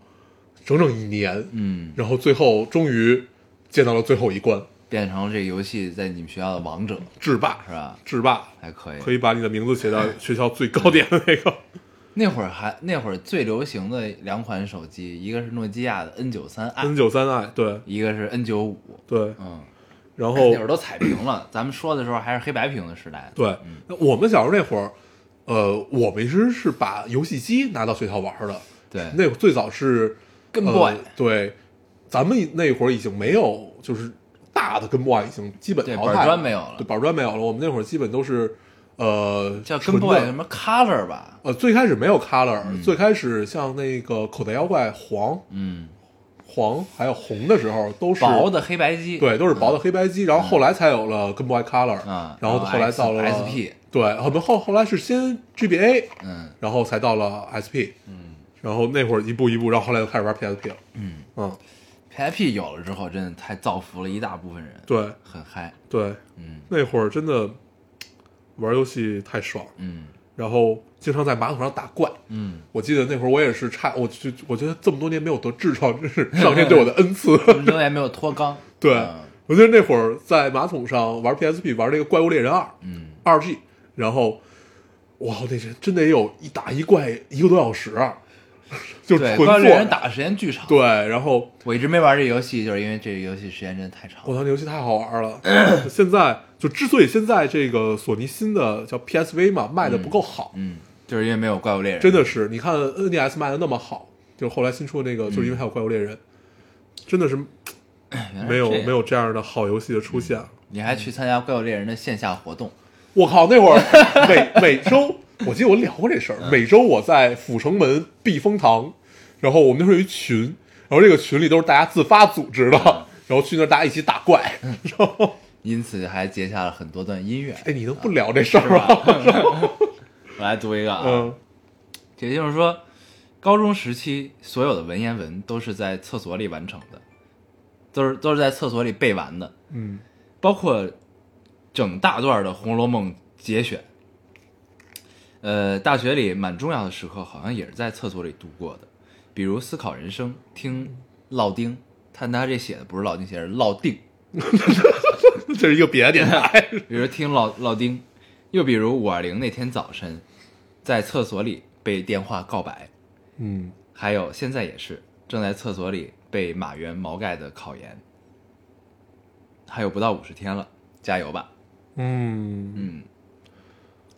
C: 整整一年，
B: 嗯，
C: 然后最后终于见到了最后一关，
B: 变成这个游戏在你们学校的王者
C: 制霸
B: 是？吧？
C: 制霸
B: 还可以，
C: 可以把你的名字写到学校最高点的那个。
B: 那会儿还那会儿最流行的两款手机，一个是诺基亚的 N 九三 i，
C: N 九三 i 对
B: 一个是 N 九五。
C: 对，
B: 嗯，
C: 然后
B: 那会儿都彩屏了，咱们说的时候还是黑白屏的时代。
C: 对，那我们小时候那会儿，呃，我们其实是把游戏机拿到学校玩的。
B: 对
C: 那会儿最早是
B: 跟
C: 呃
B: boy
C: 对，咱们那会儿已经没有就是大的跟 boy 已经基本
B: 对
C: 淘汰
B: 板
C: 了
B: 砖没有了
C: 对，板砖没有了。我们那会儿基本都是呃
B: 叫
C: 纯
B: 跟
C: 的
B: boy 什么 color 吧？
C: 呃，最开始没有 color，、最开始像那个口袋妖怪黄
B: 嗯，
C: 黄还有红的时候都是
B: 薄的黑白机。
C: 对，都是薄的黑白机，然后后来才有了 Game Boy Color，
B: 啊
C: 然
B: 然后
C: 后后来到了
B: X- SP
C: 对，后面后后来是先 GBA，
B: 嗯，
C: 然后才到了 SP，嗯，然后那会儿一步一步，然后后来就开始玩 PSP 了，嗯
B: ，PIP 有了之后，真的太造福了一大部分人。，
C: 对
B: 很嗨。
C: 对，
B: 嗯
C: 那会儿真的玩游戏太爽，
B: 嗯
C: 然后经常在马桶上打怪，
B: 嗯，
C: 我记得那会儿我也是差，我就我觉得这么多年没有得痔疮，
B: *laughs*
C: 真是上天对我的恩赐，
B: 我们仍然没有脱肛。
C: 对
B: 嗯，
C: 我记得那会儿在马桶上玩 PSP 玩那个《怪物猎人二》，
B: 嗯，
C: 二 G，然后哇，那是真得有一打一怪一个多小时啊， *laughs* *laughs* 就
B: 对，
C: 纯
B: 怪
C: 做
B: 猎人打的时间巨长。
C: 对，然后
B: 我一直没玩这游戏，就是因为这个游戏时间真的太长
C: 我
B: 了。
C: 操，那游戏太好玩了。现在就之所以现在这个索尼新的叫 PSV 嘛卖的不够好，
B: 嗯，就是因为没有怪物猎人，
C: 真的是你看呃 NDS 卖的那么好，就是后来新出的那
B: 嗯
C: 个，就是因为还有怪物猎人，真的是
B: 哎原来是
C: 没有
B: 这样
C: 没有这样的好游戏的出现。啊
B: 你还去参加怪物猎人的线下活动，
C: 我靠，
B: *laughs*
C: 那会儿每每周，我记得我
B: 嗯
C: 聊过这事儿。每周我在阜成门避风塘，然后我们那时候有一群，然后这个群里都是大家自发组织的，
B: 嗯
C: 然后去那儿大家一起打怪，然后
B: 因此还结下了很多段姻
C: *laughs*
B: 缘，
C: 哎，你能不聊这事儿
B: 是
C: 吗？
B: 吧？ *laughs* 我来读一个啊，
C: 嗯
B: 也就是说，高中时期所有的文言文都是在厕所里完成的，都是都是在厕所里背完的，
C: 嗯，
B: 包括整大段的《红楼梦》节选。呃，大学里蛮重要的时刻，好像也是在厕所里度过的，比如思考人生、听烙丁，看他这写的不是老丁写的是烙定，
C: *laughs* 这是一个别的电台，
B: 比如听老老丁，又比如五二零那天早晨，在厕所里被电话告白，
C: *laughs* 嗯
B: 还有现在也是正在厕所里被马原毛概的考研，还有不到五十天了，加油吧，
C: 嗯，
B: 嗯，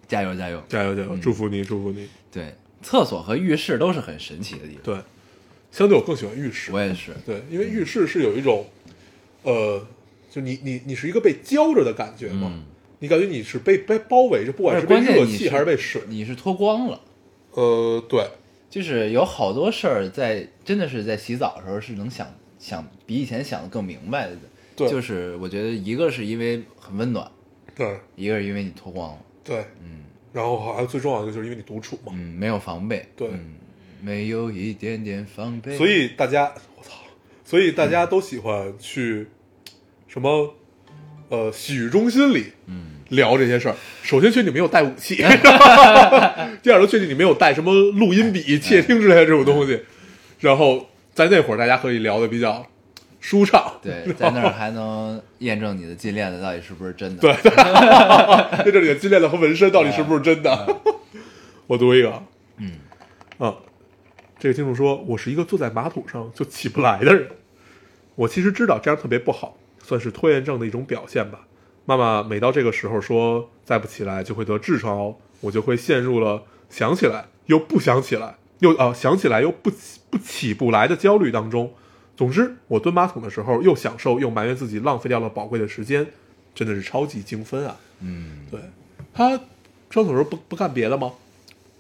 B: 加油加油！
C: 加油加油，祝福你，祝福你。
B: 对，厕所和浴室都是很神奇的地方，
C: 对，相对我更喜欢浴室，
B: 我也是，
C: 对，因为浴室是有一种，呃，就你你你是一个被浇着的感觉嘛，
B: 嗯
C: 你感觉你是被被包围着，不管
B: 而
C: 是
B: 且
C: 被
B: 关键
C: 热
B: 你
C: 气还是嗯被水，
B: 你是脱光了，
C: 呃，对，
B: 就是有好多事儿在真的是在洗澡的时候是能想想比以前想的更明白的，
C: 对
B: 就是我觉得一个是因为很温暖，
C: 对
B: 一个是因为你脱光了，
C: 对，
B: 嗯
C: 然后还有最重要的就是因为你独处嘛，
B: 嗯，没有防备，
C: 对
B: 嗯没有一点点防备，
C: 所以大家，我操，所以大家都喜欢去什么，呃，洗浴中心里，嗯，聊这些事儿。首先确定你没有带武
B: *laughs*
C: 器，第二个确定你没有带什么录音笔、窃听之类的这种
B: 哎
C: 东西。然后在那会儿，大家可以聊的比较舒畅，
B: 对，在那儿还能验证你的禁恋的到底是不是真的，
C: 对， *laughs* 在这里的金链子和纹身到底是不是真的？
B: 嗯
C: 我读一个，嗯，啊，这个听众说，我是一个坐在马桶上就起不来的人，我其实知道这样特别不好，算是拖延症的一种表现吧。妈妈每到这个时候说再不起来就会得痔疮哦，我就会陷入了想起来又不想起来，又啊、想起来又不起不起不来的焦虑当中。总之，我蹲马桶的时候又享受又埋怨自己浪费掉了宝贵的时间，真的是超级精分啊！
B: 嗯
C: 对他上厕所时候不不干别的吗？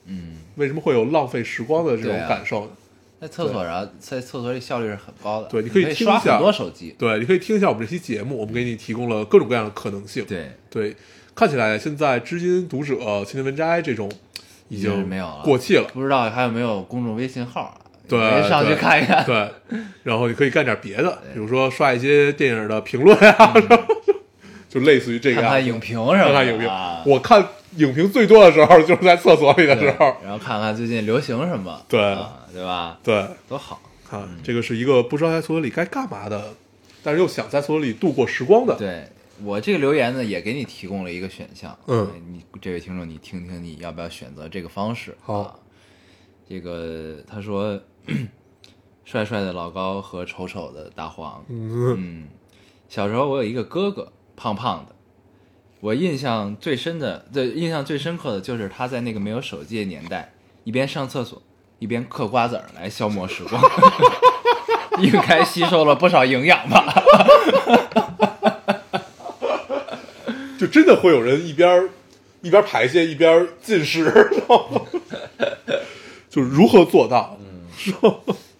B: 嗯，
C: 为什么会有浪费时光的这种
B: 对啊
C: 感受呢？
B: 在厕所上，在厕所里效率是很高的，
C: 对你
B: 你
C: 可以听一
B: 刷
C: 下
B: 很多手机，
C: 对，你可以听一下我们这期节目，我们给你提供了各种各样的可能性。
B: 对，
C: 对，看起来现在知音、读者、青年文摘这种已
B: 已
C: 经
B: 经没有了
C: 过气了。
B: 不知道还有没有公众微信号啊？
C: 对，
B: 可以上去
C: 对
B: 看一看。
C: 对，然后你可以干点别的，比如说刷一些电影的评论啊，然后 *laughs* 就类似于这个
B: 看
C: 样
B: 嗯看
C: 子
B: 影评什么的
C: 看看影评
B: 啊。
C: 我看影评最多的时候就是在厕所里的
B: 对
C: 时候。
B: 然后看看最近流行什么，
C: 对
B: 啊对嗯吧？
C: 对，
B: 多好，
C: 啊，这个是一个不知道在厕所里该干嘛的，但是又想在厕所里度过时光的。
B: 对我这个留言呢，也给你提供了一个选项，
C: 嗯
B: 哎，你这位听众，你听听你要不要选择这个方式？
C: 好
B: 啊，这个他说， *clears throat* 帅帅的老高和丑丑的大黄，
C: 嗯
B: 嗯，小时候我有一个哥哥，胖胖的。我印象最深的，对，印象最深刻的就是他在那个没有手机的年代，一边上厕所，一边嗑瓜子儿来消磨时光， *laughs* 应该吸收了不少营养吧？
C: 就真的会有人一边儿一边儿排泄一边儿进食，知道吗 *laughs* 就是如何做到？
B: 嗯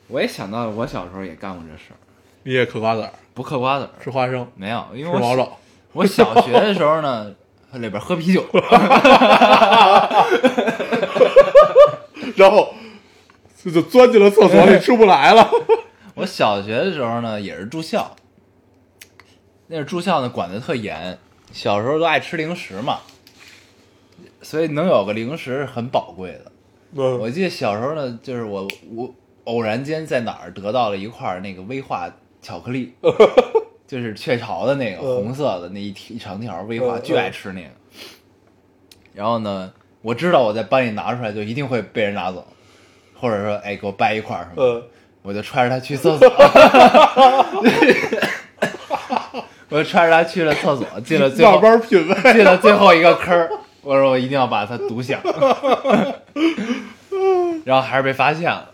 B: 我也想到了，我小时候也干过这事儿，
C: 你也嗑瓜子儿，
B: 不嗑瓜子儿
C: 吃花生，
B: 没有，因
C: 吃
B: 为我
C: 毛
B: 小
C: 豆，
B: 我小学的时候呢，里边喝啤酒，
C: 然后就就钻进了厕所里出不来了。
B: 我小学的时候呢，也是住校，那是住校呢，管得特严。小时候都爱吃零食嘛，所以能有个零食是很宝贵的。我
C: 嗯
B: 记得小时候呢，就是我我偶然间在哪儿得到了一块儿那个威化巧克力，就是雀巢的那个
C: 嗯
B: 红色的那一条一长条威化，
C: 嗯
B: 巨爱吃那个。然后呢，我知道我在班里拿出来就一定会被人拿走，或者说哎给我掰一块儿什么的。
C: 呃，
B: 我就揣着他去厕所， *laughs* 我就揣着他去了厕所，进了最后
C: 慢慢品味。
B: 进了最后一个坑儿，我说我一定要把它独享， *laughs* 然后还是被发现了，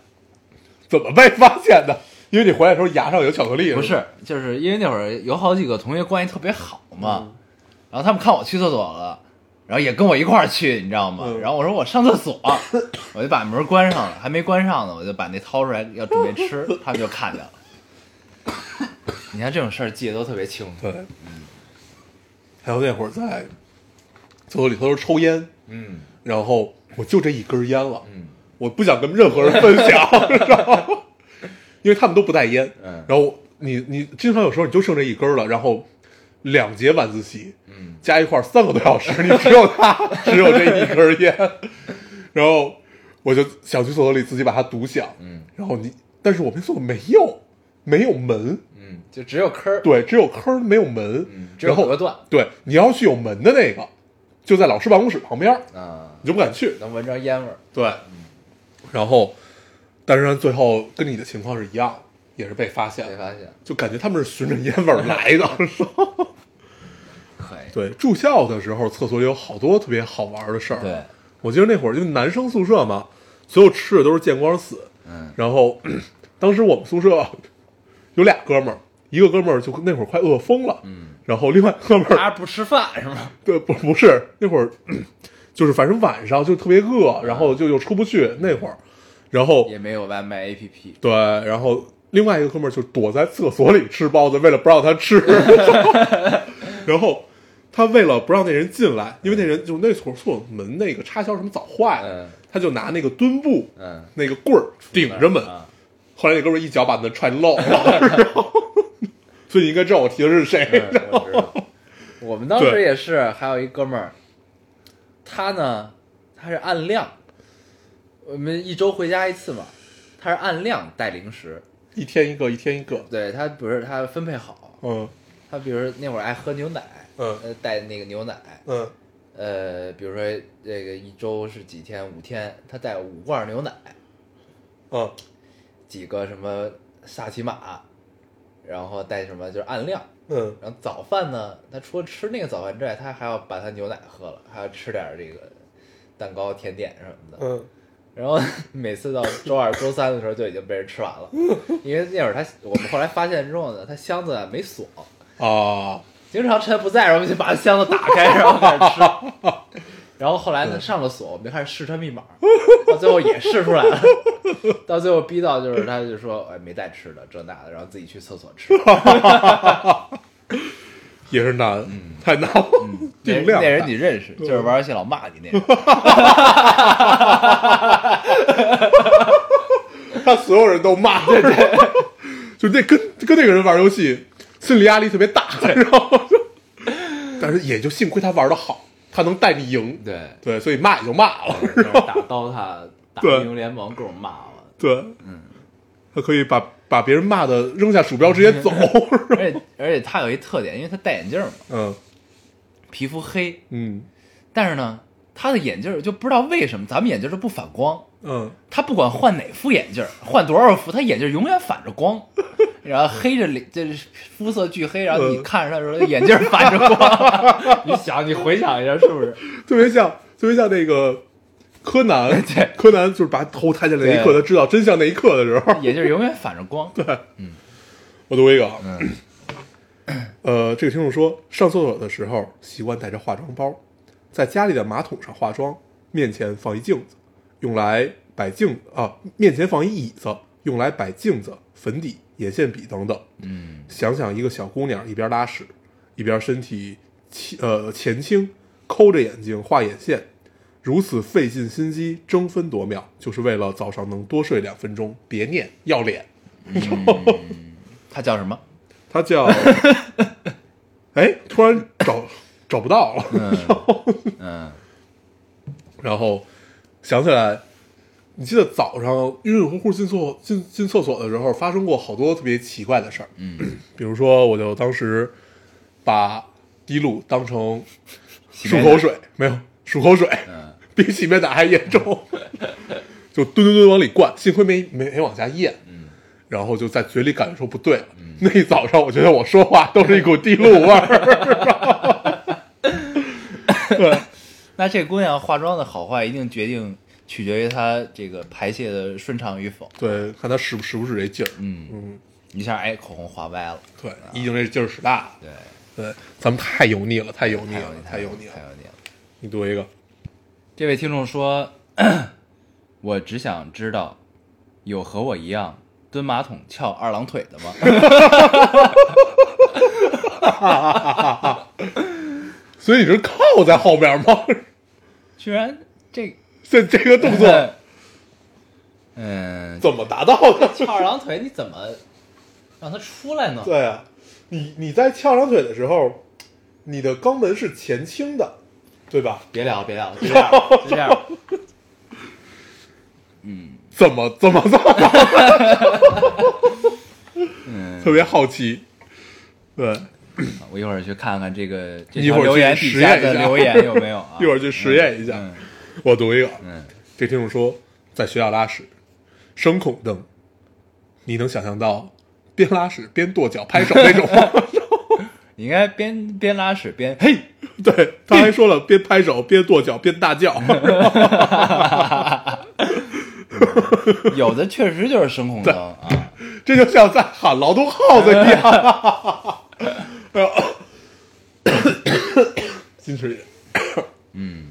C: 怎么被发现的？因为你回来的时候牙上有巧克力，
B: 不
C: 是吧
B: 是，就是因为那会儿有好几个同学关系特别好嘛，
C: 嗯
B: 然后他们看我去厕所了。然后也跟我一块儿去，你知道吗？
C: 嗯
B: 然后我说我上厕
C: *coughs*
B: 所，我就把门关上了，还没关上呢，我就把那掏出来要准备吃，他们就看见了，你看这种事儿记得都特别清楚。
C: 对，还有那会儿在厕所里头抽烟，
B: 嗯
C: 然后我就这一根烟了，
B: 嗯
C: 我不想跟任何人分
B: *laughs*
C: 享，知道吗？因为他们都不带烟，
B: 嗯
C: 然后你你经常有时候你就剩这一根了，然后两节晚自习
B: 嗯
C: 加一块儿三个多小时， *laughs* 你只有他只有这一根烟， *laughs* 然后我就想去厕所里自己把它独享，
B: 嗯
C: 然后你但是我们厕所没有没有门，
B: 嗯，就只有坑儿，
C: 对，只有坑儿没有门，
B: 嗯，只有
C: 然后
B: 隔断
C: 对，你要去有门的那个，就在老师办公室旁边儿，
B: 啊，
C: 你就不敢去。
B: 能闻着烟味儿。
C: 对，然后，但是最后跟你的情况是一样，也是被发现
B: 没，发现，
C: 就感觉他们是循着烟味儿来的。是吧
B: 可以。
C: 对，住校的时候厕所里有好多特别好玩的事儿。
B: 对，
C: 我记得那会儿就男生宿舍嘛，所有吃的都是见光死。
B: 嗯
C: 然后 *clears throat* 当时我们宿舍有俩哥们儿，一个哥们儿就那会儿快饿疯了，
B: 嗯，啊
C: 然后另外哥们儿
B: 他不吃饭是吗？
C: 对，不不是那会儿， *clears throat* 就是反正晚上就特别饿，然后就又出不去那会儿，然后
B: 也没有外卖 APP，
C: 对，然后另外一个哥们儿就躲在厕所里吃包子，为了不让他吃， *laughs* 然后他为了不让那人进来，因为那人就那所厕所门那个插销什么早坏了，
B: 嗯
C: 他就拿那个墩布
B: 嗯，
C: 那个棍儿顶着门，
B: 啊，
C: 后来那哥们儿一脚把门踹漏了，然后 *laughs* 所以你应该知道我提的是谁，
B: 嗯我知道。我们当时
C: 对
B: 也是，还有一哥们儿，他呢，他是按量，我们一周回家一次嘛，他是按量带零食，
C: 一天一个，一天一个，
B: 对他不是他分配好，
C: 嗯
B: 他比如说那会儿爱喝牛奶，
C: 嗯
B: 呃，带那个牛奶，
C: 嗯
B: 呃，比如说这个一周是几天，五天，他带五罐牛奶，
C: 嗯
B: 几个什么萨琪玛，然后带什么就是按量。
C: 嗯。
B: 然后早饭呢，他除了吃那个早饭之外，他还要把他牛奶喝了，还要吃点儿这个蛋糕、甜点什么的。
C: 嗯
B: 然后每次到周二、周三的时候就已经被人吃完了，因为那会儿他我们后来发现之后呢，他箱子没锁，
C: 啊，
B: 经常趁他不在，然后我们就把箱子打开，然后开始吃。然后后来他上了锁，我们就开始试他密码，到最后也试出来了，到最后逼到就是他就说哎没带吃的这那的，然后自己去厕所吃，
C: 也是难，太难了，定量
B: 嗯那人
C: 大
B: 你认识，就是玩游戏老骂你那人，
C: 他所有人都骂， *laughs* 就那跟跟那个人玩游戏，心理压力特别大，然后就，但是也就幸亏他玩的好，他能带你赢，
B: 对。
C: 对，所以骂也就骂 *laughs* 了，
B: 就是打 DOTA、打
C: 对
B: 英雄联盟各种骂了，
C: 对，嗯，他可以把把别人骂的扔下鼠标直
B: *laughs*
C: 接走，
B: 而且而且他有一特点，因为他戴眼镜嘛，
C: 嗯
B: 皮肤黑，
C: 嗯
B: 但是呢，他的眼镜就不知道为什么咱们眼镜就不反光，
C: 嗯，
B: 他不管换哪副眼镜，换多少副，他眼镜永远反着光，然后黑着脸，就是肤色巨黑，然后你
C: 嗯
B: 看着他的时候，眼镜反着光，你想你回想一下是不是？
C: 特别像特别像那个柯南
B: 对，
C: 柯南就是把头抬起来那一刻，
B: 对
C: 他知道真相那一刻的时 *laughs* 候，
B: 眼镜永远反着光，
C: 我读一个啊，
B: 嗯
C: *coughs* 呃，这个听众说，上厕所的时候习惯带着化妆包，在家里的马桶上化妆，面前放一镜子，用来摆镜子啊，面前放一椅子，用来摆镜子、粉底、眼线笔等等。
B: 嗯
C: 想想一个小姑娘一边拉屎，一边身体轻呃前倾，抠着眼睛画眼线，如此费尽心机，争分夺秒，就是为了早上能多睡两分钟。别念，要脸。
B: 他叫什么？
C: 他叫，
B: *laughs*
C: 哎，突然找找不到了，
B: 嗯
C: 然后想起来，你记得早上晕晕乎乎进厕所进进厕所的时候，发生过好多特别奇怪的事儿，
B: 嗯，
C: 比如说，我就当时把滴露当成
B: 洗
C: 漱
B: 面
C: 口
B: 奶
C: 水，没有漱口水，
B: 嗯
C: *laughs* 比洗面奶还严重，就吨吨吨往里灌，幸亏没没没往下咽，
B: 嗯
C: 然后就在嘴里感受不对了。那一早上，我觉得我说话都是一股地露味儿。对，
B: 那这姑娘化妆的好坏，一定决定取决于她这个排泄的顺畅与否。
C: 对，看他使不使不使这劲儿。
B: 嗯，
C: 嗯，
B: 一下哎，口红画歪了。
C: 对，一定这劲儿使大了。
B: 对，
C: 对，咱们太油腻了，太油腻
B: 太
C: 了
B: 油腻，，
C: 太油腻
B: 太
C: 了。
B: 油腻了。
C: 你读一个，
B: 这 *clears throat* 位听众说：“我只想知道，有和我一样蹲马桶翘二郎腿的吗？ *laughs*
C: 所以你是靠在后边吗？ *laughs*
B: 居然这
C: 这这个动
B: *laughs*
C: 作
B: 个，嗯，
C: 怎么达到的？ *laughs*
D: 翘二郎腿你怎么让它出来呢？
C: 对啊，你你在翘二郎腿的时候，你的肛门是前倾的，对吧？
D: 别聊别聊，就这
C: *laughs*
D: 样就这样，
C: 怎么怎么做到？嗯，特别好奇。对，
B: 我一会儿去看看这
C: *laughs*
B: 个这
C: 一会
B: 条
C: 儿去
B: 留言底
C: 实验一
B: 的
C: 下
B: 留言有没有啊
C: *laughs* ？一会儿去实验一下。
B: 嗯
C: *laughs* 我读一个，啊
B: 嗯，
C: 这听众说，在学校拉屎，声控灯，你能想象到边拉屎边跺脚拍手那种吗？
B: 你应该边边拉屎边嘿，
C: 对，他还说了，边拍手边跺脚边大叫。
B: 有的确实就是声控灯啊，
C: 这就像在喊劳动号子一样。哎呦， *coughs* 矜持一点。嗯，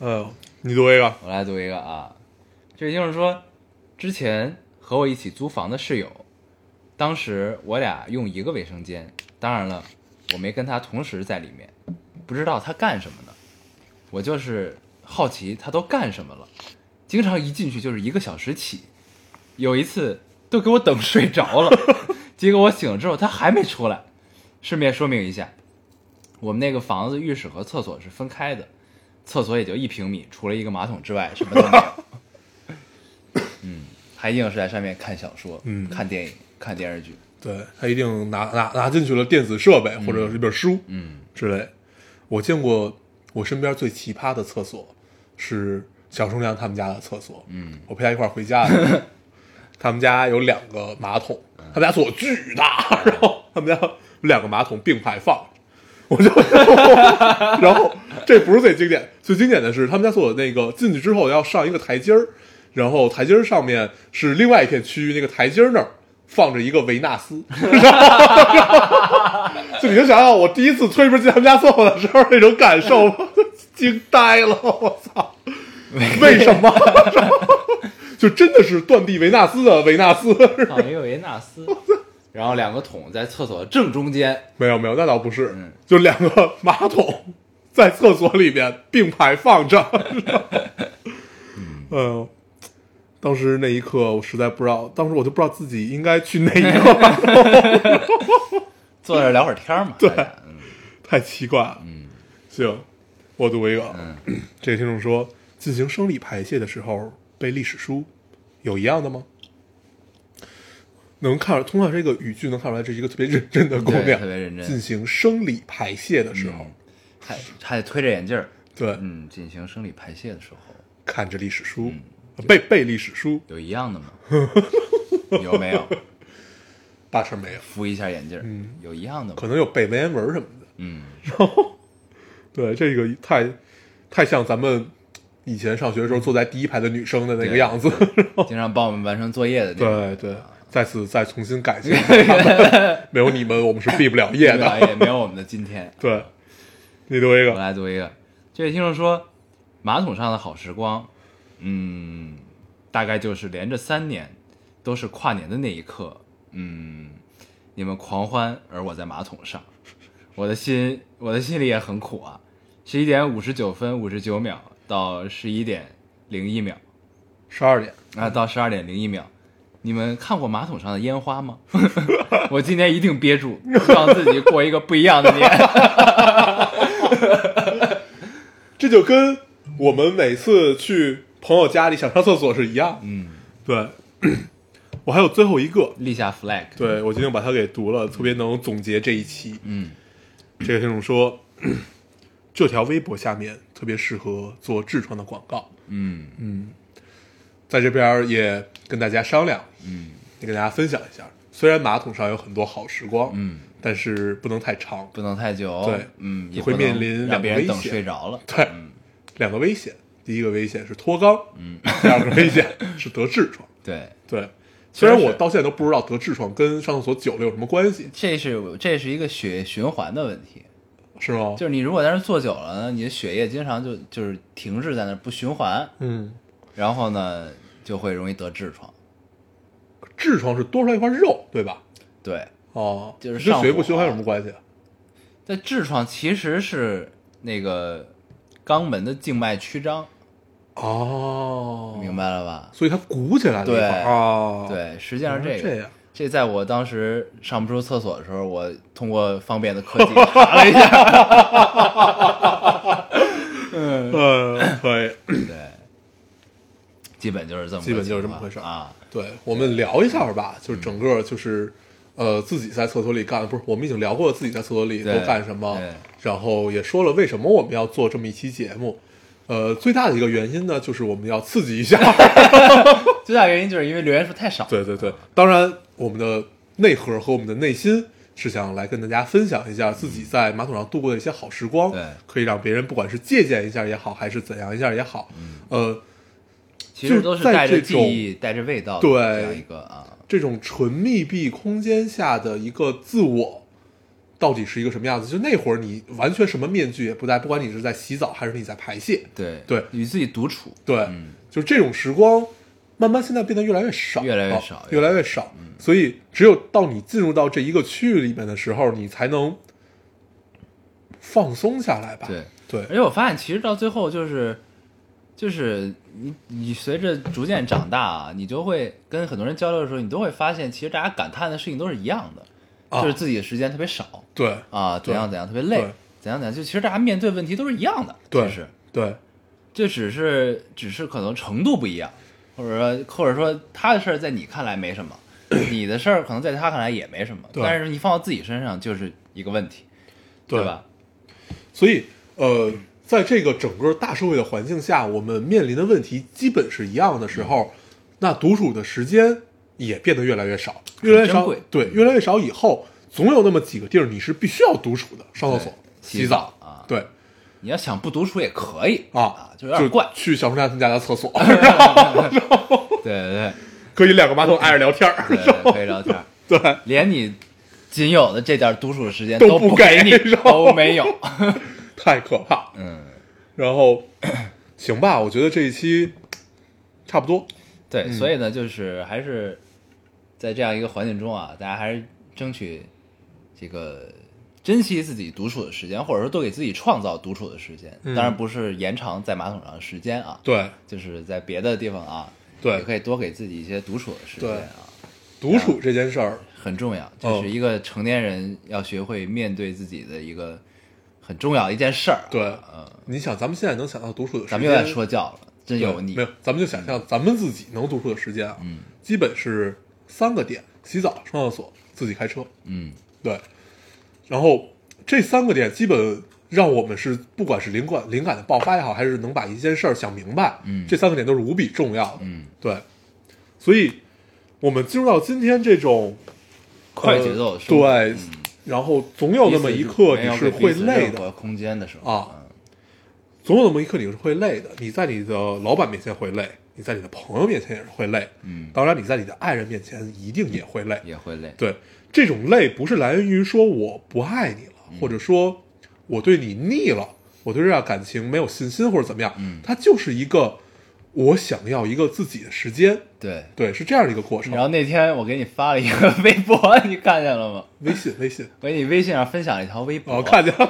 C: 哎呦，你读一个，
B: 我来读一个啊，这就是说，之前和我一起租房的室友，当时我俩用一个卫生间，当然了，我没跟他同时在里面，不知道他干什么呢，我就是好奇他都干什么了，经常一进去就是一个小时起，有一次都给我等睡着了，结果我醒了之后他还没出来。顺便说明一下，我们那个房子浴室和厕所是分开的，厕所也就一平米，除了一个马桶之外，什么都没有。嗯，
C: *laughs*
B: 还硬是在上面看小说、
C: 嗯
B: 看电影、看电视剧。
C: 对他一定拿拿拿进去了电子设备或者是一本书
B: 嗯，
C: 之类。我见过我身边最奇葩的厕所是小生亮他们家的厕所。
B: 嗯，
C: 我陪他一块儿回
B: *laughs*
C: 家的，他们家有两个马桶，
B: 嗯
C: 他们家厕所巨大，然后他们家有两个马桶并排放。我就， *laughs* 然后这不是最经典，最经典的是他们家厕所那个进去之后要上一个台阶儿，然后台阶儿上面是另外一片区域，那个台阶儿那儿放着一个维纳斯， *laughs* 就你就想想我第一次推门进他们家厕所的时候那种感受， *laughs* 惊呆了，我操！为什么？ *laughs* 就真的是断臂维纳斯的维纳斯？ *laughs*
D: 放一个维纳斯，
B: *laughs* 然后两个桶在厕所正中间，
C: 没有没有，那倒不是，
B: 嗯
C: 就两个马桶 *laughs* 在厕所里边并排放着。 *laughs* 嗯，当时那一刻我实在不知道，当时我就不知道自己应该去哪一个，
B: *laughs* 坐那儿聊会儿天儿嘛。
C: 对
B: 大家嗯
C: 太奇怪了。嗯，行，我读一个。嗯， *clears throat* 这个听众说，进行生理排泄的时候背历史书，有一样的吗？能看通过这个语句能看出来，这是一个特别认真的姑
B: 对
C: 娘，
B: 特别认真嗯
C: 进行生理排泄的时候，
B: 还还得推着眼镜儿，
C: 对，
B: 嗯，进行生理排泄的时候，
C: 看着历史书，背背历史书，
B: 有一样的
C: *laughs*
B: 吗？有没有
C: 八成没有，
B: 扶一下眼镜儿？
C: 嗯
B: 有一样的
C: 可
B: 吗？
C: 能有背文言文什么的。
B: 嗯，
C: 对，这个太太像咱们以前上学的时候坐在第一排的女生的那个样子。
B: 经常帮我们完成作业的那种。
C: 对啊对，再次再重新 *laughs* 感谢他们，没有你们，我们是毕不了业
B: 也
C: 的。
B: 哎没有我们的今天。
C: 对，你读一
B: 我 *laughs*
C: 个，
B: 来读一个，这位听众说，马桶上的好时光，嗯，大概就是连着三年都是跨年的那一刻，嗯，你们狂欢，而我在马桶上，我的心，我的心里也很苦啊。十一点五十九分五十九秒到十一点零一秒
C: 十二点，
B: 啊，到十二点零一秒，你们看过马桶上的烟花吗？ *laughs* 我今年一定憋住，让自己过一个不一样的年。 *laughs*
C: 这就跟我们每次去朋友家里想上厕所是一样。嗯，对。 *coughs* 我还有最后一个，
B: 立下 flag，
C: 对我今天把它给读了，特别能总结这一期。
B: 嗯。
C: 这个听众说， *clears throat* 这条微博下面特别适合做痔疮的广告，
B: 嗯
C: 在这边儿也跟大家商量，嗯，也跟大家分享一下。虽然马桶上有很多好时光，
B: 嗯，
C: 但是不能太长，
B: 不能太久，
C: 对
B: 嗯，
C: 你
B: 也
C: 会
B: 不能
C: 面临两
B: 让
C: 个
B: 别人
C: 危
B: 等
C: 险
B: 睡着了，
C: 对，两个危险，第一个危险是脱肛，嗯，第二个危险是得痔疮，
B: 对，
C: 对。虽然
B: 确实
C: 我
B: 是
C: 到现在都不知道得痔疮跟上厕所久了有什么关系，
B: 这是这是一个血液循环的问题，
C: 是吗？
B: 就是你如果在那儿坐久了呢，你的血液经常就就是停滞在那儿不循环，
C: 嗯，
B: 然后呢就会容易得痔疮，
C: 痔疮是多出来一块肉，对吧？
B: 对，
C: 哦，
B: 就是
C: 跟
B: 上
C: 血液不
B: 火
C: 循环有
B: 啊
C: 什么关系啊？
B: 但痔疮其实是那个肛门的静脉曲张，
C: 哦，
B: 明。白了吧？
C: 所以它鼓起来的地
B: 对
C: 方啊，，
B: 对，实际上
C: 原来
B: 这
C: 是
B: 个
C: 这样
B: 这在我当时上不出厕所的时候，我通过方便的科
C: *laughs*
B: 技查了一下，
C: 嗯，可以。
B: 对，基本就是这么个
C: 基本就是这么
B: 情况
C: 回事儿
B: 啊。
C: 对，我们聊一下吧，就是
B: 嗯
C: 整个就是，呃，自己在厕所里干的，不是我们已经聊过自己在厕所里都
B: 对
C: 干什么
B: 对，
C: 然后也说了为什么我们要做这么一期节目，呃，最大的一个原因呢，就是我们要刺激一
B: *laughs*
C: 下，
B: 最大原因就是因为留言数太少，
C: 对对对，当然我们的内核和我们的内心是想来跟大家分享一下自己在马桶上度过的一些好时光，
B: 对
C: 可以让别人不管是借鉴一下也好，还是怎样一下也好，呃，
B: 其实都是带着记
C: 就是在
B: 忆、带着味道的
C: 对
B: 这样一个啊，
C: 这种纯密闭空间下的一个自我。到底是一个什么样子？就那会儿，你完全什么面具也不戴，不管你是在洗澡还是你在排泄，
B: 对
C: 对
B: 与自己独处，
C: 对，
B: 嗯
C: 就这种时光，慢慢现在变得越来越少，
B: 越来越
C: 啊
B: 少嗯
C: 越来越少。所以，只有到你进入到这一个区域里面的时候，你才能放松下来吧？
B: 对
C: 对
B: 而且我发现，其实到最后就是，就是你你随着逐渐长大啊，你就会跟很多人交流的时候，你都会发现，其实大家感叹的事情都是一样的，
C: 啊
B: 就是自己的时间特别少
C: 对
B: 啊，怎
C: 对
B: 样怎样特别累
C: 对，
B: 怎样怎样，就其实大家面对问题都是一样的，
C: 对
B: 其实
C: 对
B: 这只是只是可能程度不一样，或者说或者说他的事儿在你看来没什么，你的事儿可能在他看来也没什么，
C: 对
B: 但是你放到自己身上就是一个问题，对吧？？
C: 所以，呃，在这个整个大社会的环境下，我们面临的问题基本是一样的时候，
B: 嗯
C: 那独处的时间也变得越来越少，越来越
B: 珍
C: 少
B: 贵。嗯
C: 对，越来越少以后，总有那么几个地儿你是必须要独处的，上厕所、
B: 对
C: 洗
B: 洗
C: 澡
B: 澡啊
C: 对。
B: 你要想不独处也可以
C: 啊，
B: 就有点怪，
C: 去小红家他们家的
B: *laughs*
C: 厕所，
B: 对
C: *laughs*
B: 对
C: 可以两个马桶挨着聊天儿
B: 对，对，可以聊天儿，
C: 对，
B: 连你仅有的这点独处的时间
C: 都
B: 都
C: 不
B: 给
C: 给
B: 你
C: 是吧
B: 都没有，
C: 太可怕。
B: 嗯，
C: 然后 *clears throat* 行吧，我觉得这一期差不多，
B: 对，所以呢，就是还是在这样一个环境中啊，大家还是争取这个珍惜自己独处的时间，或者说多给自己创造独处的时间。
C: 嗯
B: 当然不是延长在马桶上的时间啊，
C: 对
B: 就是在别的地方啊，
C: 对
B: 也可以多给自己一些独处的时间啊，
C: 独处这件事儿，
B: 很重要。这
C: 哦
B: 是一个成年人要学会面对自己的一个很重要的一件事儿、啊。
C: 对
B: 嗯，
C: 你想咱们现在能想到独处的时间，
B: 咱们又在说教了，真
C: 对
B: 有你
C: 没有？咱们就想象咱们自己能独处的时间啊，
B: 嗯
C: 基本是三个点：洗澡、上厕所、自己开车。
B: 嗯，
C: 对，然后这三个点基本让我们是不管是灵感灵感的爆发也好，还是能把一件事儿想明白，
B: 嗯
C: 这三个点都是无比重要的，
B: 嗯，
C: 对，所以我们进入到今天这种
B: 快
C: 呃
B: 节奏的生活嗯
C: 对，然后总有那么一刻你是会累的，
B: 的。空间的时候
C: 啊，总有那么一刻你是会累的，你在你的老板面前会累，你在你的朋友面前也是会累，
B: 嗯，
C: 当然你在你的爱人面前一定也会累，
B: 也会累。
C: 对，这种累不是来源于说我不爱你了，或者说我对你腻了，我对这段感情没有信心或者怎么样，
B: 嗯
C: 它就是一个我想要一个自己的时间，
B: 对，
C: 对，是这样的一个过程
B: 然。后那天我给你发了一个微博， *laughs* 你看见了吗？
C: 微信，微
B: *laughs*
C: 信，
B: 我给你微信上分享了一条微博，
C: 哦，看见了，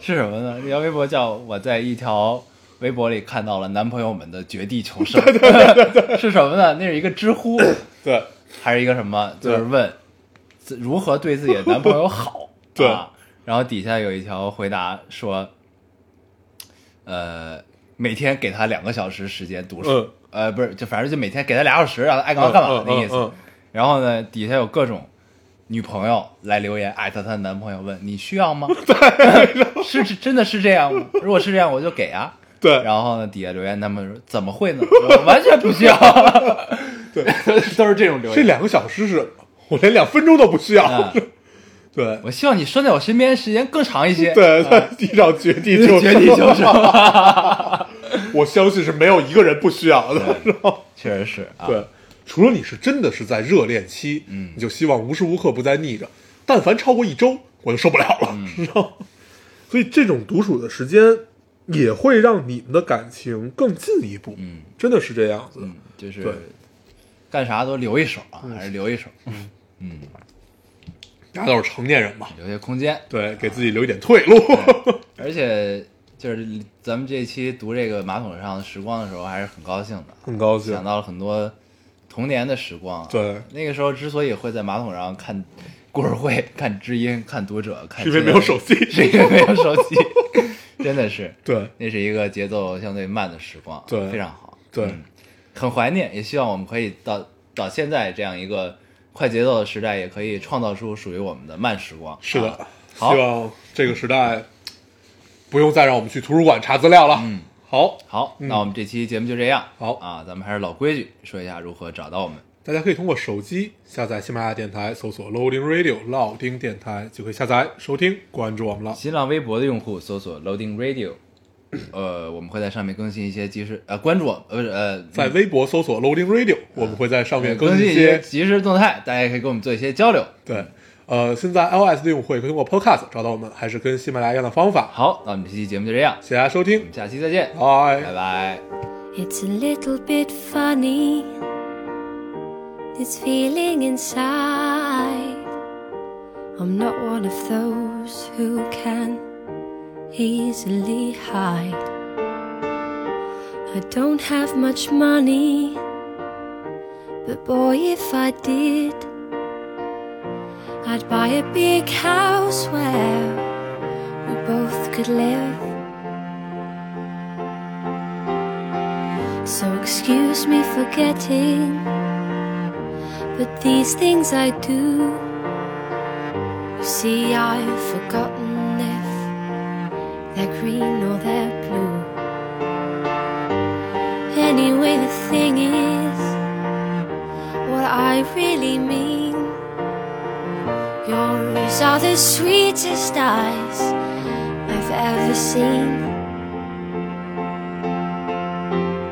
B: 是什么呢？那条微博叫我在一条微博里看到了男朋友们的绝地求生， *laughs* 是什么呢？那是一个知
C: *laughs*
B: 乎
C: 对，
B: 还是一个什么？就是问自如何对自己的男朋友好，
C: *laughs* 对
B: 啊。然后底下有一条回答说，呃，每天给他两个小时时间独处，
C: 嗯
B: 呃，不是，就反正就每天给他俩小时，让他爱干嘛干嘛
C: 嗯嗯
B: 那意思。
C: 嗯嗯
B: 然后呢，底下有各种女朋友来留言，艾特她男朋友问你需要
C: *laughs*
B: 吗？是是真的是这样吗？如果是这样，我就给啊。
C: 对
B: 然后呢，底下留言他们说怎么
C: *laughs*
B: 会呢？我完全不需要。
C: 对，
B: 都是这种留
C: 这
B: 言。
C: 两个小时是，我连两分钟都不需要，
B: 嗯
C: 对，
B: 我希望你拴在我身边时间更长一些。
C: 对，在地上绝
B: *laughs*
C: 地
B: 就是
C: 求
B: 绝地求
C: *laughs* 生，
B: 生，
C: 我相信是没有一个人不需要的，
B: 对确实是啊。
C: 对，除了你是真的是在热恋期，
B: 嗯
C: 你就希望无时无刻不在腻着，但凡超过一周，我就受不了了，
B: 嗯
C: *laughs* 知道吗？所以这种独处的时间也会让你们的感情更进一步，
B: 嗯，
C: 真的是这样子的，
B: 嗯，就是
C: 对
B: 干啥都留一手啊，还是留
C: *laughs*
B: 一手，嗯，
C: 大家都是成年人嘛，
B: 留些空间。
C: 对，给自己留一点退路。
B: 而且就是咱们这期读这个马桶上的时光的时候，还是很高兴的，
C: *laughs* 很高兴
B: 想到了很多童年的时光、啊。
C: 对
B: 那个时候之所以会在马桶上看故事会、 *laughs* 看知音、看读者，看
C: 是因为没有手机
B: *laughs* 是因为没有手机， *laughs* 真的是。
C: 对
B: 那是一个节奏相对慢的时光，啊
C: 对
B: 非常好，
C: 对
B: 嗯很怀念，也希望我们可以到到现在这样一个快节奏的时代，也可以创造出属于我们的慢时光。
C: 是的，
B: 啊
C: 希
B: 好
C: 望这个时代不用再让我们去图书馆查资料了。
B: 嗯，
C: 好，
B: 好，
C: 嗯
B: 那我们这期节目就这样。
C: 好
B: 啊，咱们还是老规矩，说一下如何找到我们。
C: 大家可以通过手机下载喜马拉雅电台，搜索 Loading Radio 老丁电台，就可以下载收听，关注我们了。
B: 新浪微博的用户搜索 Loading Radio，呃，我们会在上面更新一些即时呃关注我们呃不是呃
C: 在微博搜索 Loading Radio，我们会在上面
B: 嗯更新
C: 新一
B: 一
C: 些
B: 些即时动态，大家也可以跟我们做一些交流。
C: 对，呃，现在 iOS 的用户也可以通过 Podcast 找到我们，还是跟喜马拉雅一样的方法。
B: 好，那我们这期节目就这样，
C: 谢谢大家收
B: 我
C: 听
B: 们，下期再见，
C: 拜
B: 拜。拜。
E: It's a little bit funny, this feeling inside. I'm not one of those who can easily hide. I don't have much money, but boy, if I did, I'd buy a big house where we both could live. So excuse me for getting, but these things I do. You see, I've forgotten if they're green or they're blue. Anyway, the thing is, what I really mean. Yours are the sweetest eyes I've ever seen.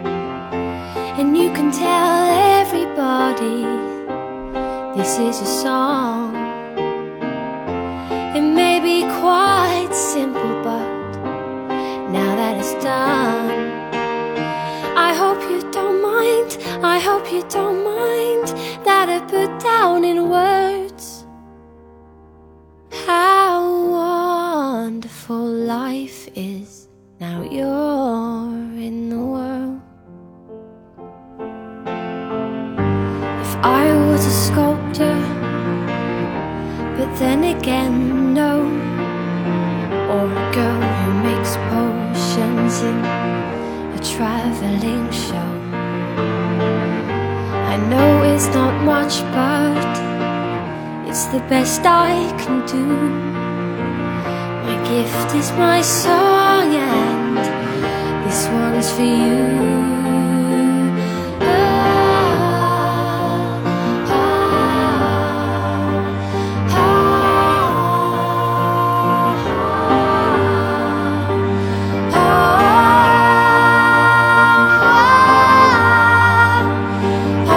E: And you can tell everybody this is a song. It may be quite simple, but now that it's done, I hope you don't mind. I hope you don't mind that I put down in words how wonderful life is. Now you're in the world. If I was a sculptor, but then again, no. Or a girl who makes potions in a traveling show. I know it's not much, but it's the best I can do. My gift is my song, and this one's for you. Ah, ah, ah, ah, ah,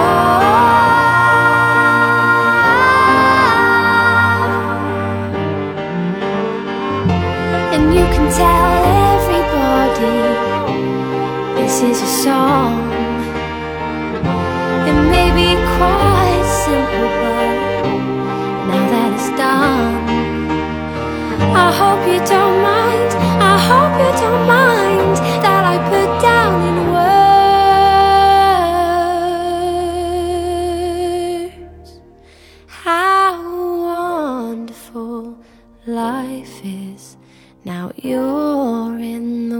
E: ah. And you can tell everybody this is a song. It may be quite simple, but now that it's done, I hope you don't mind. I hope you don't mind that I put down in words how wonderful life is. Now you're in the